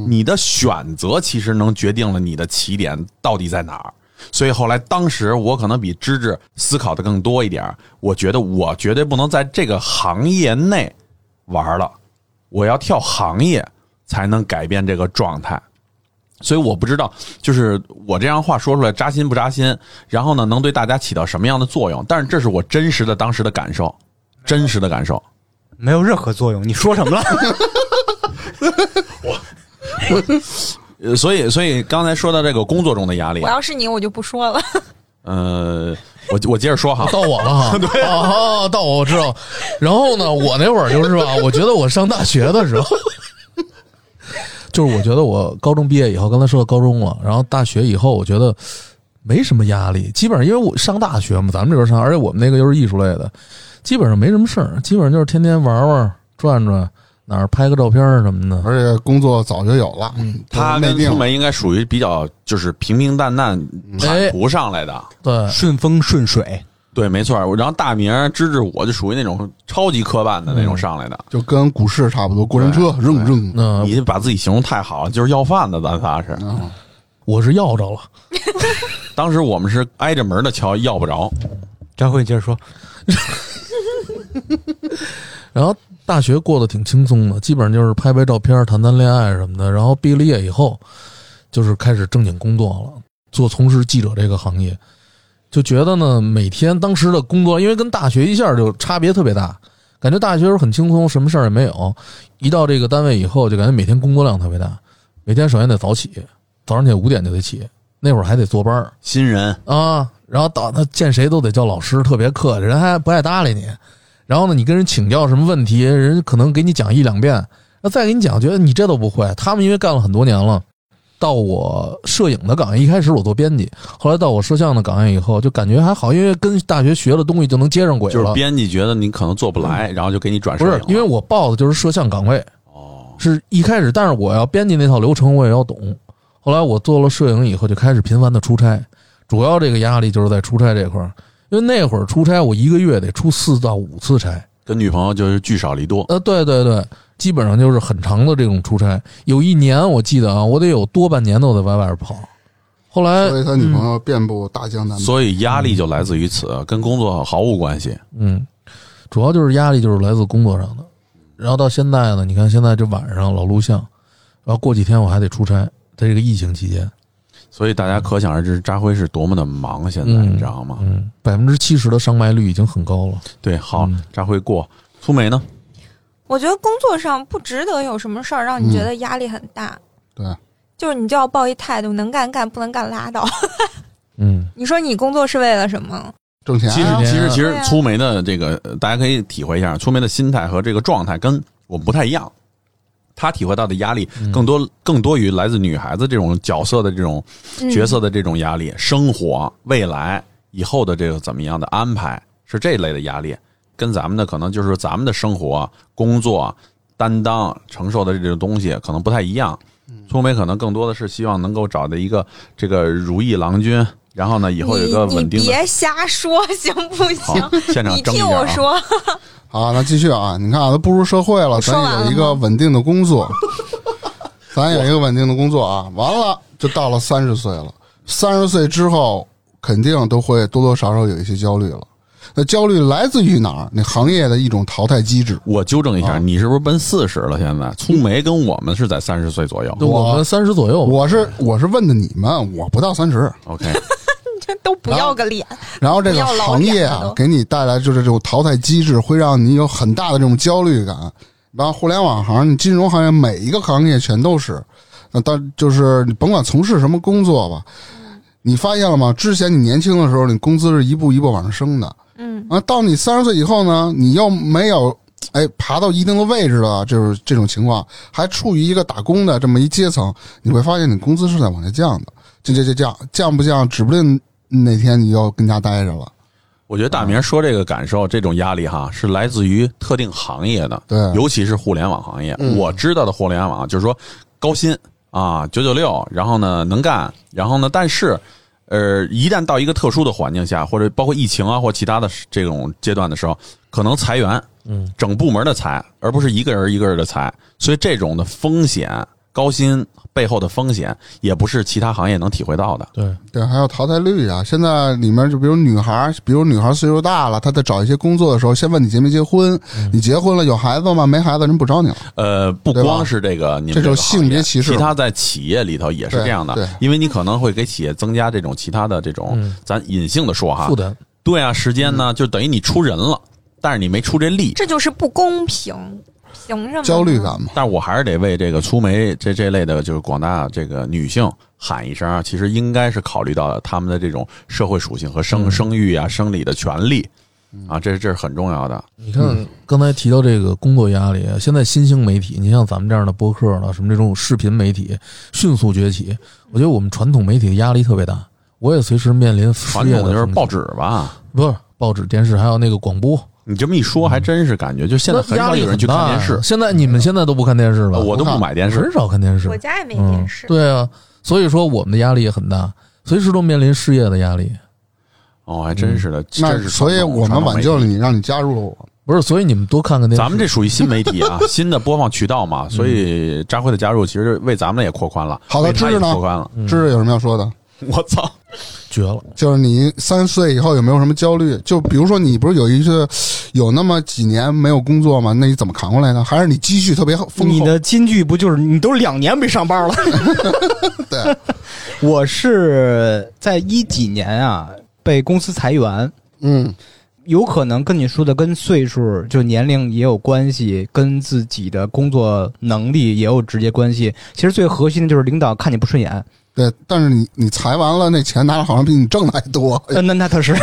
Speaker 3: 你的选择其实能决定了你的起点到底在哪儿。所以后来，当时我可能比芝芝思考的更多一点儿，我觉得我绝对不能在这个行业内玩了，我要跳行业才能改变这个状态。所以我不知道，就是我这样话说出来扎心不扎心，然后呢，能对大家起到什么样的作用？但是这是我真实的当时的感受，真实的感受。
Speaker 2: 没有任何作用。你说什么了？
Speaker 3: 呃，所以，所以刚才说到这个工作中的压力啊
Speaker 6: 我，要是你，我就不说了。
Speaker 3: 呃，我我接着说哈，
Speaker 4: 到我了哈，对啊，到我我知道。然后呢，我那会儿就是吧，我觉得我上大学的时候，就是我觉得我高中毕业以后，刚才说到高中了，然后大学以后，我觉得没什么压力，基本上因为我上大学嘛，咱们这边上，而且我们那个又是艺术类的，基本上没什么事儿，基本上就是天天玩玩、转转，哪儿拍个照片儿什么的。
Speaker 1: 而且工作早就有了，嗯，
Speaker 3: 他
Speaker 1: 内
Speaker 3: 跟
Speaker 1: 定
Speaker 3: 苏
Speaker 1: 了
Speaker 3: 梅应该属于比较就是平平淡淡
Speaker 4: 嗯
Speaker 3: 坦途上来的，
Speaker 4: 哎对，
Speaker 2: 顺风顺水，
Speaker 3: 对，没错。然后大明儿、芝芝，我就属于那种超级科班的那种上来的。
Speaker 1: 就跟股市差不多，过山车扔扔，
Speaker 4: 嗯、
Speaker 3: 你把自己形容太好了，就是要饭的，咱仨
Speaker 4: 啊
Speaker 3: 是。
Speaker 4: 我是要着了。
Speaker 3: 当时我们是挨着门的敲，要不着。
Speaker 2: 张辉，你接着说。
Speaker 4: 然后大学过得挺轻松的，基本上就是拍拍照片、谈谈恋爱什么的。然后毕了业以后，就是开始正经工作了，做从事记者这个行业，就觉得呢，每天当时的工作，因为跟大学一下就差别特别大，感觉大学时候很轻松，什么事儿也没有。一到这个单位以后，就感觉每天工作量特别大，每天首先得早起，早上起五点就得起，那会儿还得坐班儿。
Speaker 3: 新人
Speaker 4: 啊，然后到他见谁都得叫老师，特别客气，人还不爱搭理你。然后呢，你跟人请教什么问题，人可能给你讲一两遍，那再给你讲，觉得你这都不会。他们因为干了很多年了，到我摄影的岗位，一开始我做编辑，后来到我摄像的岗位以后，就感觉还好，因为跟大学学的东西就能接上轨了。嗯
Speaker 3: 就是编辑觉得你可能做不来，然后就给你转摄
Speaker 4: 不
Speaker 3: 影
Speaker 4: 是
Speaker 3: 了。，
Speaker 4: 因为我报的就是摄像岗位。哦，是一开始，但是我要编辑那套流程，我也要懂。后来我做了摄影以后，就开始频繁的出差，主要这个压力就是在出差这块儿。因为那会儿出差，我一个月得出四到五次差。
Speaker 3: 跟女朋友就是聚少离多，
Speaker 4: 呃，对对对，基本上就是很长的这种出差。有一年我记得啊，我得有多半年都得往外边跑。后来
Speaker 1: 所以他女朋友遍布大江
Speaker 4: 嗯
Speaker 1: 南北。
Speaker 3: 所以压力就来自于此，跟工作毫无关系。
Speaker 4: 嗯，主要就是压力就是来自工作上的。然后到现在呢，你看现在这晚上老录像，然后过几天我还得出差，在这个疫情期间，
Speaker 3: 所以大家可想而知，扎辉是多么的忙，现在
Speaker 4: 嗯
Speaker 3: 你知道吗？
Speaker 4: 嗯，百分之七十的商卖率已经很高了。
Speaker 3: 对，好
Speaker 4: 嗯，
Speaker 3: 扎辉过。苏梅呢？
Speaker 6: 我觉得工作上不值得有什么事儿让你觉得压力很大，
Speaker 1: 嗯对，
Speaker 6: 就是你就要抱一态度，能干干，不能干拉倒。
Speaker 4: 嗯，
Speaker 6: 你说你工作是为了什么？
Speaker 1: 挣钱
Speaker 3: 其实
Speaker 1: 啊，
Speaker 3: 其实其实
Speaker 6: 对啊
Speaker 3: 苏梅的这个，呃大家可以体会一下，苏梅的心态和这个状态跟我们不太一样。她体会到的压力
Speaker 1: 嗯
Speaker 3: 更多、更多于来自女孩子这种角色的这种
Speaker 6: 嗯
Speaker 3: 角色的这种压力，生活、未来、以后的这个怎么样的安排，是这类的压力，跟咱们的可能就是咱们的生活、工作、担当承受的这种东西可能不太一样。
Speaker 1: 嗯
Speaker 3: 苏梅可能更多的是希望能够找到一个这个如意郎君，然后呢，以后有一个
Speaker 6: 你你
Speaker 3: 稳定的
Speaker 6: 别瞎说， 行不
Speaker 3: 好
Speaker 6: 行？，
Speaker 3: 现场
Speaker 6: 你
Speaker 3: 争一
Speaker 6: 听
Speaker 3: 下、啊。
Speaker 6: 我说，
Speaker 1: 好，那继续啊！你看啊，都步入社会了，咱
Speaker 6: 说完了吗
Speaker 1: 也有一个稳定的工 作，咱也有一个稳定的工作啊。完了，就到了三十岁了。三十岁之后，肯定都会多多少少有一些焦虑了。那焦虑来自于哪儿？那行业的一种淘汰机制。
Speaker 3: 我纠正一下，你是不是奔四十了？现在粗梅跟我们是在三十岁左右。
Speaker 4: 就我们三十左
Speaker 3: 哦
Speaker 4: 右吧，
Speaker 1: 我是我是问的你们，我不到三十。
Speaker 3: OK，
Speaker 6: 这都不要个脸，
Speaker 1: 然后这个行业
Speaker 6: 不要老脸了
Speaker 1: 啊
Speaker 6: 都，
Speaker 1: 给你带来就是这种淘汰机制，会让你有很大的这种焦虑感。然后互联网行业、金融行业每一个行业全都是，那当就是你甭管从事什么工作吧，你发现了吗？之前你年轻的时候，你工资是一步一步往上升的，
Speaker 6: 嗯，
Speaker 1: 啊，到你三十岁以后呢，你又没有哎爬到一定的位置了，就是这种情况，还处于一个打工的这么一阶层，你会发现你工资是在往下降的，这这这降降不降，指不定哪天你又跟家待着了。
Speaker 3: 我觉得大明说这个感受，这种压力哈，是来自于特定行业的，
Speaker 1: 对
Speaker 3: 尤其是互联网行业。我知道的互联网啊就是说高薪啊，九九六，然后呢能干，然后呢，但是。呃，一旦到一个特殊的环境下，或者包括疫情啊，或其他的这种阶段的时候，可能裁员，嗯，整部门的裁，而不是一个人一个人的裁，所以这种的风险，高薪背后的风险，也不是其他行业能体会到的。
Speaker 4: 对
Speaker 1: 对，还有淘汰率啊！现在里面就比如女孩儿，比如女孩儿岁数大了，她在找一些工作的时候，先问你结没结婚，你结婚了有孩子吗？没孩子人不招你了。
Speaker 3: 呃，不
Speaker 1: 对吧
Speaker 3: 光是这个，你们
Speaker 1: 这
Speaker 3: 个
Speaker 1: 就是性
Speaker 3: 行业
Speaker 1: 别歧视
Speaker 3: 其他在企业里头也是
Speaker 1: 对
Speaker 3: 这样
Speaker 1: 对
Speaker 3: 的，因为你可能会给企业增加这种其他的这种，咱隐性的说哈
Speaker 4: 负，担。
Speaker 3: 对啊，时间呢，就等于你出人了，但是你没出这力。
Speaker 6: 这就是不公平，凭什么呢
Speaker 1: 焦虑？感嘛，
Speaker 3: 但是我还是得为这个粗眉这这类的，就是广大这个女性喊一声啊，其实应该是考虑到她们的这种社会属性和生、生育啊、生理的权利啊，这这是很重要的。
Speaker 4: 嗯你看，刚才提到这个工作压力，现在新兴媒体，你像咱们这样的播客了，什么这种视频媒体迅速崛起，我觉得我们传统媒体的压力特别大。我也随时面临失
Speaker 3: 传
Speaker 4: 业
Speaker 3: 统
Speaker 4: 的
Speaker 3: 就是
Speaker 4: 风险
Speaker 3: 报，纸吧，
Speaker 4: 不是报纸、电视，还有那个广播。
Speaker 3: 你这么一说，还真是感觉就现在
Speaker 4: 那
Speaker 3: 很
Speaker 4: 压
Speaker 3: 少
Speaker 4: 力
Speaker 3: 有人去
Speaker 4: 很大
Speaker 3: 看
Speaker 4: 啊
Speaker 3: 电视，呃
Speaker 4: 现在你们现在都不看电视吧？
Speaker 3: 我都不买电视。
Speaker 4: 很少看电视
Speaker 6: 我，家也没电视
Speaker 4: 嗯。，对啊，所以说我们的压力也很大，随时都面临失业的压力。
Speaker 3: 哦，还真是的，
Speaker 1: 嗯那
Speaker 3: 真是
Speaker 1: 所以
Speaker 3: 传统
Speaker 1: 我们挽救。
Speaker 3: 传
Speaker 1: 了
Speaker 3: 统媒体
Speaker 1: 你，让你加入了我。
Speaker 4: 不是，所以你们多看看电视。
Speaker 3: 咱们这属于新媒 体啊，新的播放渠道嘛，所以扎辉的加入其实为咱们也扩宽了，
Speaker 1: 嗯好的
Speaker 3: 为他也
Speaker 1: 知识呢
Speaker 3: 扩宽了。
Speaker 1: 知识有什么要说的？
Speaker 3: 我操，
Speaker 4: 绝了，
Speaker 1: 就是你三岁以后有没有什么焦虑？就比如说你不是有一次有那么几年没有工作吗？那你怎么扛过来的？还是你积蓄特别丰厚？
Speaker 2: 你的金句不就是你都两年没上班了？
Speaker 1: 对，
Speaker 2: 我是在一几年啊被公司裁员，
Speaker 1: 嗯，
Speaker 2: 有可能跟你说的跟岁数就年龄也有关系，跟自己的工作能力也有直接关系。其实最核心的就是领导看你不顺眼，
Speaker 3: 哎
Speaker 1: 对。但是你你裁完了，那钱拿的好像比你挣的还多，
Speaker 2: 呃那那他是，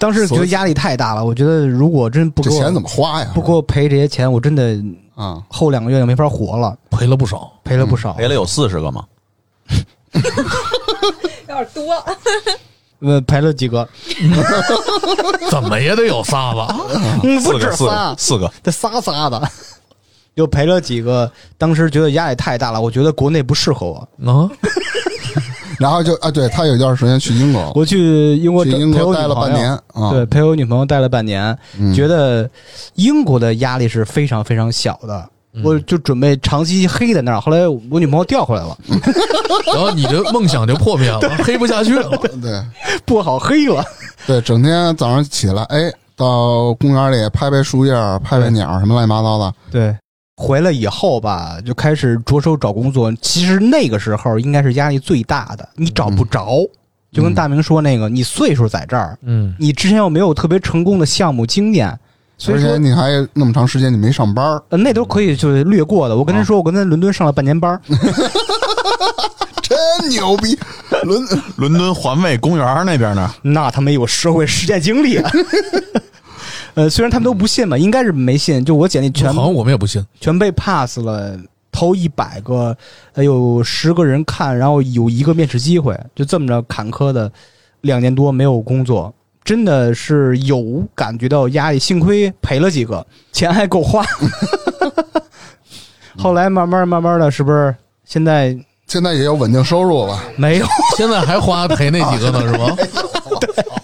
Speaker 2: 当时觉得压力太大了。我觉得如果真不
Speaker 1: 这
Speaker 2: 给我
Speaker 1: 钱怎么花呀？
Speaker 2: 不给我赔这些钱，我真的
Speaker 1: 啊，
Speaker 2: 后两个月就没法活了，
Speaker 4: 赔了不少。
Speaker 2: 赔了不少。
Speaker 3: 嗯赔了有四十个嘛，
Speaker 6: 有点多。
Speaker 2: 呃，赔了几个？
Speaker 4: 怎么也得有仨吧？
Speaker 2: 嗯，
Speaker 3: 四
Speaker 2: 不止
Speaker 3: 个，四
Speaker 2: 仨
Speaker 3: 个，，四个。
Speaker 2: 这仨仨的， 又赔了几个。当时觉得压力太大了，我觉得国内不适合我。
Speaker 4: 啊，
Speaker 1: 然后就啊，对他有一段时间去英国了，
Speaker 2: 我去英国
Speaker 1: 去
Speaker 2: 找
Speaker 1: 英
Speaker 2: 陪我
Speaker 1: 国
Speaker 2: 女
Speaker 1: 待了半
Speaker 2: 朋友
Speaker 1: 年，啊，
Speaker 2: 对，陪我女朋友待了半年，
Speaker 1: 嗯
Speaker 2: 觉得英国的压力是非常非常小的。
Speaker 4: 嗯
Speaker 2: 我就准备长期黑在那儿，后来我女朋友调回来了，
Speaker 4: 然后你这梦想就破灭了，黑不下去了。
Speaker 1: 对
Speaker 2: 不好黑 了。
Speaker 1: 对，整天早上起来，哎，到公园里拍拍树叶儿，拍拍鸟儿，什么乱七八糟的。
Speaker 2: 对，回来以后吧，就开始着手找工作。其实那个时候应该是压力最大的，你找
Speaker 1: 嗯
Speaker 2: 不着，就跟大明说那个，你岁数在这儿，
Speaker 4: 嗯，
Speaker 2: 你之前又没有特别成功的项目经验，所以
Speaker 1: 而且
Speaker 2: 说。
Speaker 1: 你还那么长时间你没上班儿，
Speaker 2: 呃，那都可以就是略过的。我跟他说，我跟他伦敦上了半年班儿，
Speaker 1: 真牛逼！伦
Speaker 3: 伦敦环卫公园那 边呢？
Speaker 2: 那他们有社会实践经历啊。 呃，虽然他们都不信吧，应该是没信。就我简历全
Speaker 4: 好像我们也不信。
Speaker 2: 全被 pass 了，头一百个，呃有十个人看，然后有一个面试机会，就这么着坎坷的两年多没有工作，真的是有感觉到压力，幸亏赔了几个，钱还够 花。后来慢慢慢慢的，是不是现在
Speaker 1: 现在也有稳定收入了，
Speaker 2: 没有？
Speaker 4: 现在还花赔那几个呢，是吧？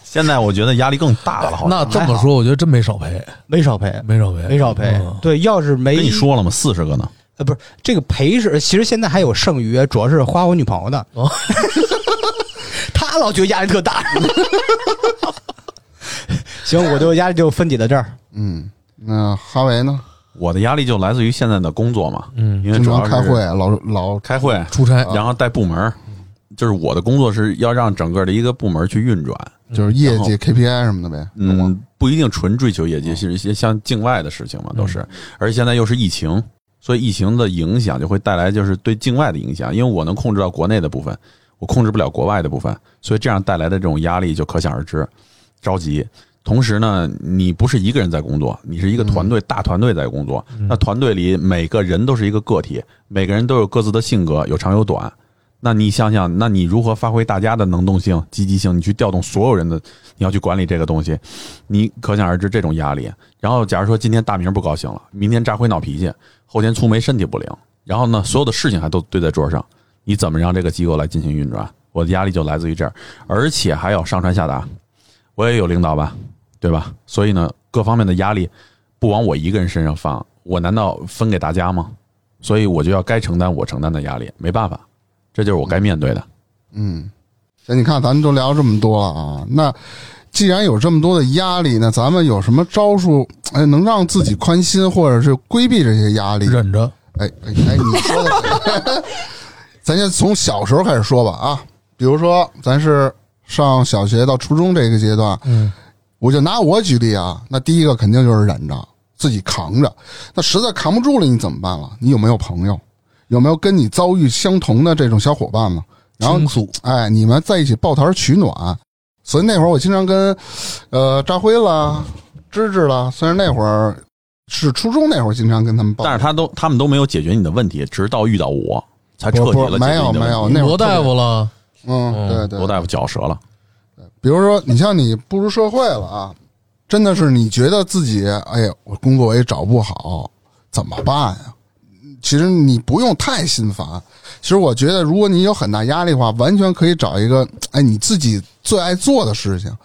Speaker 3: 现在我觉得压力更大了，好像。
Speaker 4: 那这么说，我觉得真没少赔，
Speaker 2: 没少赔，
Speaker 4: 没少赔，
Speaker 2: 没少赔
Speaker 4: 嗯。
Speaker 2: 对，要是没
Speaker 3: 跟你说了吗？四十个呢，
Speaker 2: 呃，不是这个赔是，其实现在还有剩余，主要是花我女朋友的。
Speaker 4: 哦
Speaker 2: 她老觉得压力特大， 行，我就压力就分解到这儿。
Speaker 1: 嗯，那哈维呢？
Speaker 3: 我的压力就来自于现在的工作嘛，
Speaker 4: 嗯，
Speaker 3: 因为
Speaker 1: 经
Speaker 3: 主
Speaker 1: 常
Speaker 3: 要是
Speaker 1: 开会，嗯老老
Speaker 3: 开会，
Speaker 4: 出
Speaker 1: 哎
Speaker 4: 差
Speaker 3: 然后带部门儿，就是我的工作是要让整个的一个部门去运转，
Speaker 1: 就是业
Speaker 3: 嗯然后
Speaker 1: 绩 KPI 什么的呗，懂吗？
Speaker 3: 嗯，不一定纯追求业绩，是一些像境外的事情嘛，都是。而现在又是疫情，所以疫情的影响就会带来就是对境外的影响，因为我能控制到国内的部分，我控制不了国外的部分，所以这样带来的这种压力就可想而知，着急。同时呢，你不是一个人在工作，你是一个团队、大团队在工作。那团队里每个人都是一个个体，每个人都有各自的性格，有长有短。那你想想，那你如何发挥大家的能动性、积极性？你去调动所有人的，你要去管理这个东西，你可想而知这种压力。然后，假如说今天大明不高兴了，明天扎辉闹脾气，后天粗眉身体不灵，然后呢，所有的事情还都堆在桌上，你怎么让这个机构来进行运转？我的压力就来自于这儿，而且还要上传下达，我也有领导吧，对吧？所以呢，各方面的压力不往我一个人身上放，我难道分给大家吗？所以我就要该承担我承担的压力，没办法，这就是我该面对的。
Speaker 1: 嗯，行，你看咱们都聊这么多了啊，那既然有这么多的压力，那咱们有什么招数，哎，能让自己宽心，或者是规避这些压力？
Speaker 4: 忍着，
Speaker 1: 哎哎哎，你说的， 咱先从小时候开始说吧啊，比如说咱是上小学到初中这个阶段，
Speaker 4: 嗯，
Speaker 1: 我就拿我举例啊，那第一个肯定就是忍着，自己扛着。那实在扛不住了，你怎么办了？你有没有朋友？有没有跟你遭遇相同的这种小伙伴呢？然后
Speaker 4: 倾诉，
Speaker 1: 哎，你们在一起抱团取暖。所以那会儿我经常跟，呃，扎辉啦、芝芝啦，虽然那会儿是初中那会儿，经常跟他们抱
Speaker 3: 但
Speaker 1: 团，
Speaker 3: 是他都他们都没有解决你的问题，直到遇到我才彻
Speaker 1: 不
Speaker 3: 底
Speaker 1: 不
Speaker 3: 了。
Speaker 1: 没有没有，，那会
Speaker 4: 罗
Speaker 1: 儿特别
Speaker 4: 大夫了，
Speaker 1: 嗯，对对
Speaker 3: 罗大夫绞折了。
Speaker 1: 比如说，你像你步入社会了啊，真的是你觉得自己，哎呀，我工作也找不好，怎么办呀？其实你不用太心烦。其实我觉得，如果你有很大压力的话，完全可以找一个，哎，你自己最爱做的事情，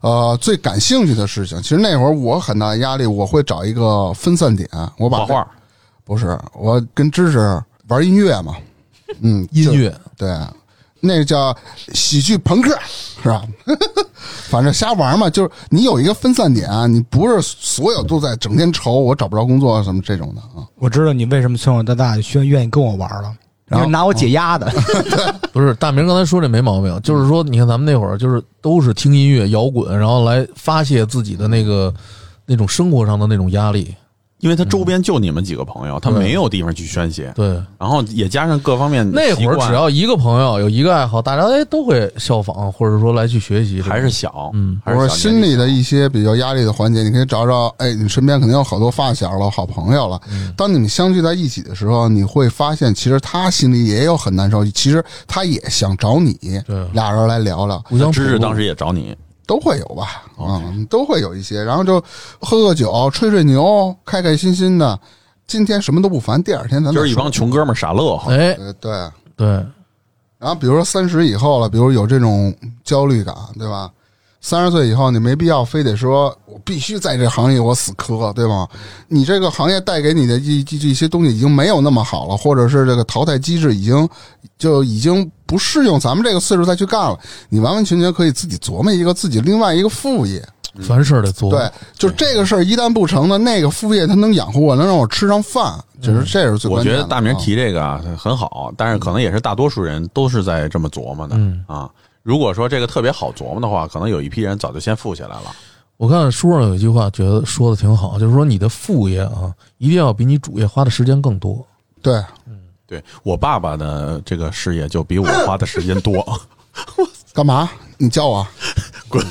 Speaker 1: 呃，最感兴趣的事情。其实那会儿我很大压力，我会找一个分散点，我把
Speaker 3: 画画，
Speaker 1: 不是我跟知识玩音乐嘛，嗯，
Speaker 4: 音乐
Speaker 1: 对，那个叫喜剧朋克，是吧？ 反正瞎玩嘛，就是你有一个分散点啊，你不是所有都在整天愁我找不着工作啊什么这种的啊。
Speaker 2: 我知道你为什么从小到大就愿愿意跟我玩了，
Speaker 1: 然
Speaker 2: 然
Speaker 1: 后
Speaker 2: 后哦拿我解压的。
Speaker 4: 不是大明刚才说这没毛
Speaker 1: 嗯
Speaker 4: 病，就是说你看咱们那会儿就是都是听音乐摇滚，然后来发泄自己的那个那种生活上的那种压力，
Speaker 3: 因为他周边就你们几个朋友，他
Speaker 4: 对
Speaker 3: 没有地方去宣泄，
Speaker 4: 对。
Speaker 3: 然后也加上各方面
Speaker 4: 那会
Speaker 3: 习
Speaker 4: 儿
Speaker 3: 惯
Speaker 4: 只要一个朋友有一个爱好，大家哎都会效仿，或者说来去学习这种，
Speaker 3: 还是小，
Speaker 4: 嗯
Speaker 3: 还
Speaker 1: 我说
Speaker 3: 是小
Speaker 1: 心
Speaker 3: 年纪
Speaker 1: 里的一些比较压力的环节，你可以找找，哎，你身边肯定有好多发小了、好朋友了。
Speaker 3: 嗯
Speaker 1: 当你们相聚在一起的时候，你会发现，其实他心里也有很难受，其实他也想找你
Speaker 4: 对，
Speaker 1: 俩人来聊聊。
Speaker 4: 互相
Speaker 3: 芝芝
Speaker 4: 鼓舞
Speaker 3: 当时也找你，
Speaker 1: 都会有吧，啊、
Speaker 3: 哦
Speaker 1: 都会有一些，然后就喝喝酒，吹吹牛，开开心心的。今天什么都不烦，第二天咱们
Speaker 3: 就是一帮穷哥们儿傻乐呵。
Speaker 4: 哎
Speaker 1: 呃对。
Speaker 4: 对，
Speaker 1: 然后比如说三十以后了，比如有这种焦虑感，对吧？三十岁以后，你没必要非得说我必须在这行业我死磕，对吗？你这个行业带给你的一这这些东西已经没有那么好了，或者是这个淘汰机制已经就已经不适用咱们这个岁数再去干了。你完完全全可以自己琢磨一个自己另外一个副业，
Speaker 4: 凡事得
Speaker 3: 哦
Speaker 4: 做，
Speaker 1: 对，就这个事儿一旦不成呢，那个副业它能养活我，能让我吃上饭，只是这是最
Speaker 3: 嗯我
Speaker 1: 关键
Speaker 3: 觉
Speaker 1: 的啊。
Speaker 3: 得大明提这个啊很好，但是可能也是大多数人都是在这么琢磨的
Speaker 4: 嗯
Speaker 3: 啊。如果说这个特别好琢磨的话，可能有一批人早就先富起来了。
Speaker 4: 我看书上有一句话，觉得说的挺好，就是说你的副业啊，一定要比你主业花的时间更多。
Speaker 1: 对，
Speaker 3: 对我爸爸的这个事业就比我花的时间多，
Speaker 1: 干嘛？你教我
Speaker 3: 滚！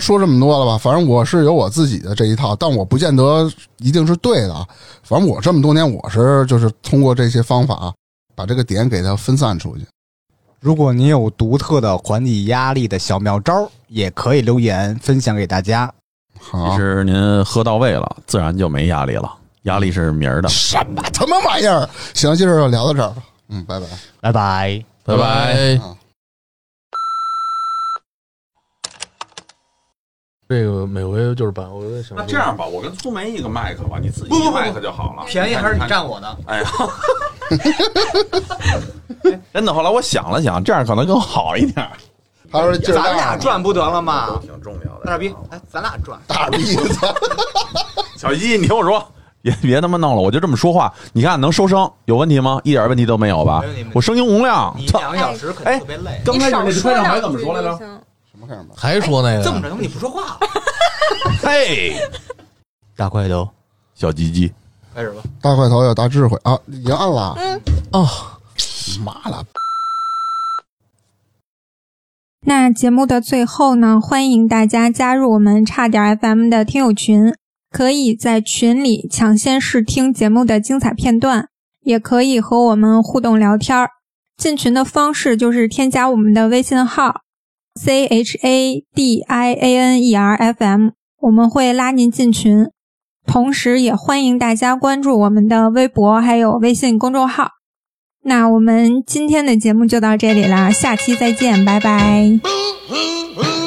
Speaker 1: 说这么多了吧，反正我是有我自己的这一套，但我不见得一定是对的啊。反正我这么多年，我是就是通过这些方法把这个点给它分散出去。
Speaker 2: 如果您有独特的缓解压力的小妙招，也可以留言分享给大家。
Speaker 1: 好啊
Speaker 3: 其，实您喝到位了，自然就没压力了。压力是明儿的。
Speaker 1: 什么他妈玩意儿？行，今儿就聊到这儿吧。嗯，拜拜。
Speaker 2: 拜拜。
Speaker 4: 拜拜
Speaker 1: 啊
Speaker 4: 这个每回就是把我在想，
Speaker 2: 啊
Speaker 3: 吧，我跟粗梅一个麦克吧，你自己
Speaker 2: 不不不麦克
Speaker 3: 就好了
Speaker 2: 我的？
Speaker 3: 哎呀，真的，后来我想了想，这样可能更好一点。
Speaker 1: 他说劲儿
Speaker 2: 咱
Speaker 1: 大
Speaker 2: 俩
Speaker 1: 呢，
Speaker 2: 赚不得了吗？
Speaker 3: 挺重要的啊
Speaker 2: 大逼，哎，咱俩赚。
Speaker 1: 大鼻子，
Speaker 3: 小一，你听我说， 别别他妈弄了，我就这么说话。你看能收声有问题吗？一点问题都没有吧
Speaker 2: 没问题没问？题
Speaker 3: 我声音洪亮，
Speaker 2: 你
Speaker 3: 操！哎
Speaker 2: 两个小时肯定特别累。
Speaker 3: 刚开始那
Speaker 8: 你
Speaker 3: 车
Speaker 8: 少说
Speaker 3: 上还
Speaker 8: 两
Speaker 3: 怎么
Speaker 8: 句
Speaker 3: 说来
Speaker 8: 就
Speaker 3: 着？
Speaker 8: 行
Speaker 1: 什么看吧，
Speaker 4: 还说那
Speaker 2: 哎这么
Speaker 4: 个，
Speaker 2: 着，要不你不说话了？
Speaker 3: 嘿，
Speaker 9: 大块头，
Speaker 3: 小鸡鸡，
Speaker 2: 开始吧。
Speaker 1: 大块头有大智慧啊，已经按了啊，
Speaker 2: 嗯
Speaker 4: 哦，
Speaker 1: 妈了，
Speaker 6: 那节目的最后呢，欢迎大家加入我们差点 FM 的听友群，可以在群里抢先试听节目的精彩片段，也可以和我们互动聊天儿。进群的方式就是添加我们的微信号 c h a d i a n e r f m，我们会拉您进群。同时，也欢迎大家关注我们的微博还有微信公众号。那我们今天的节目就到这里啦，下期再见，拜拜。
Speaker 5: Boo hoo hoo.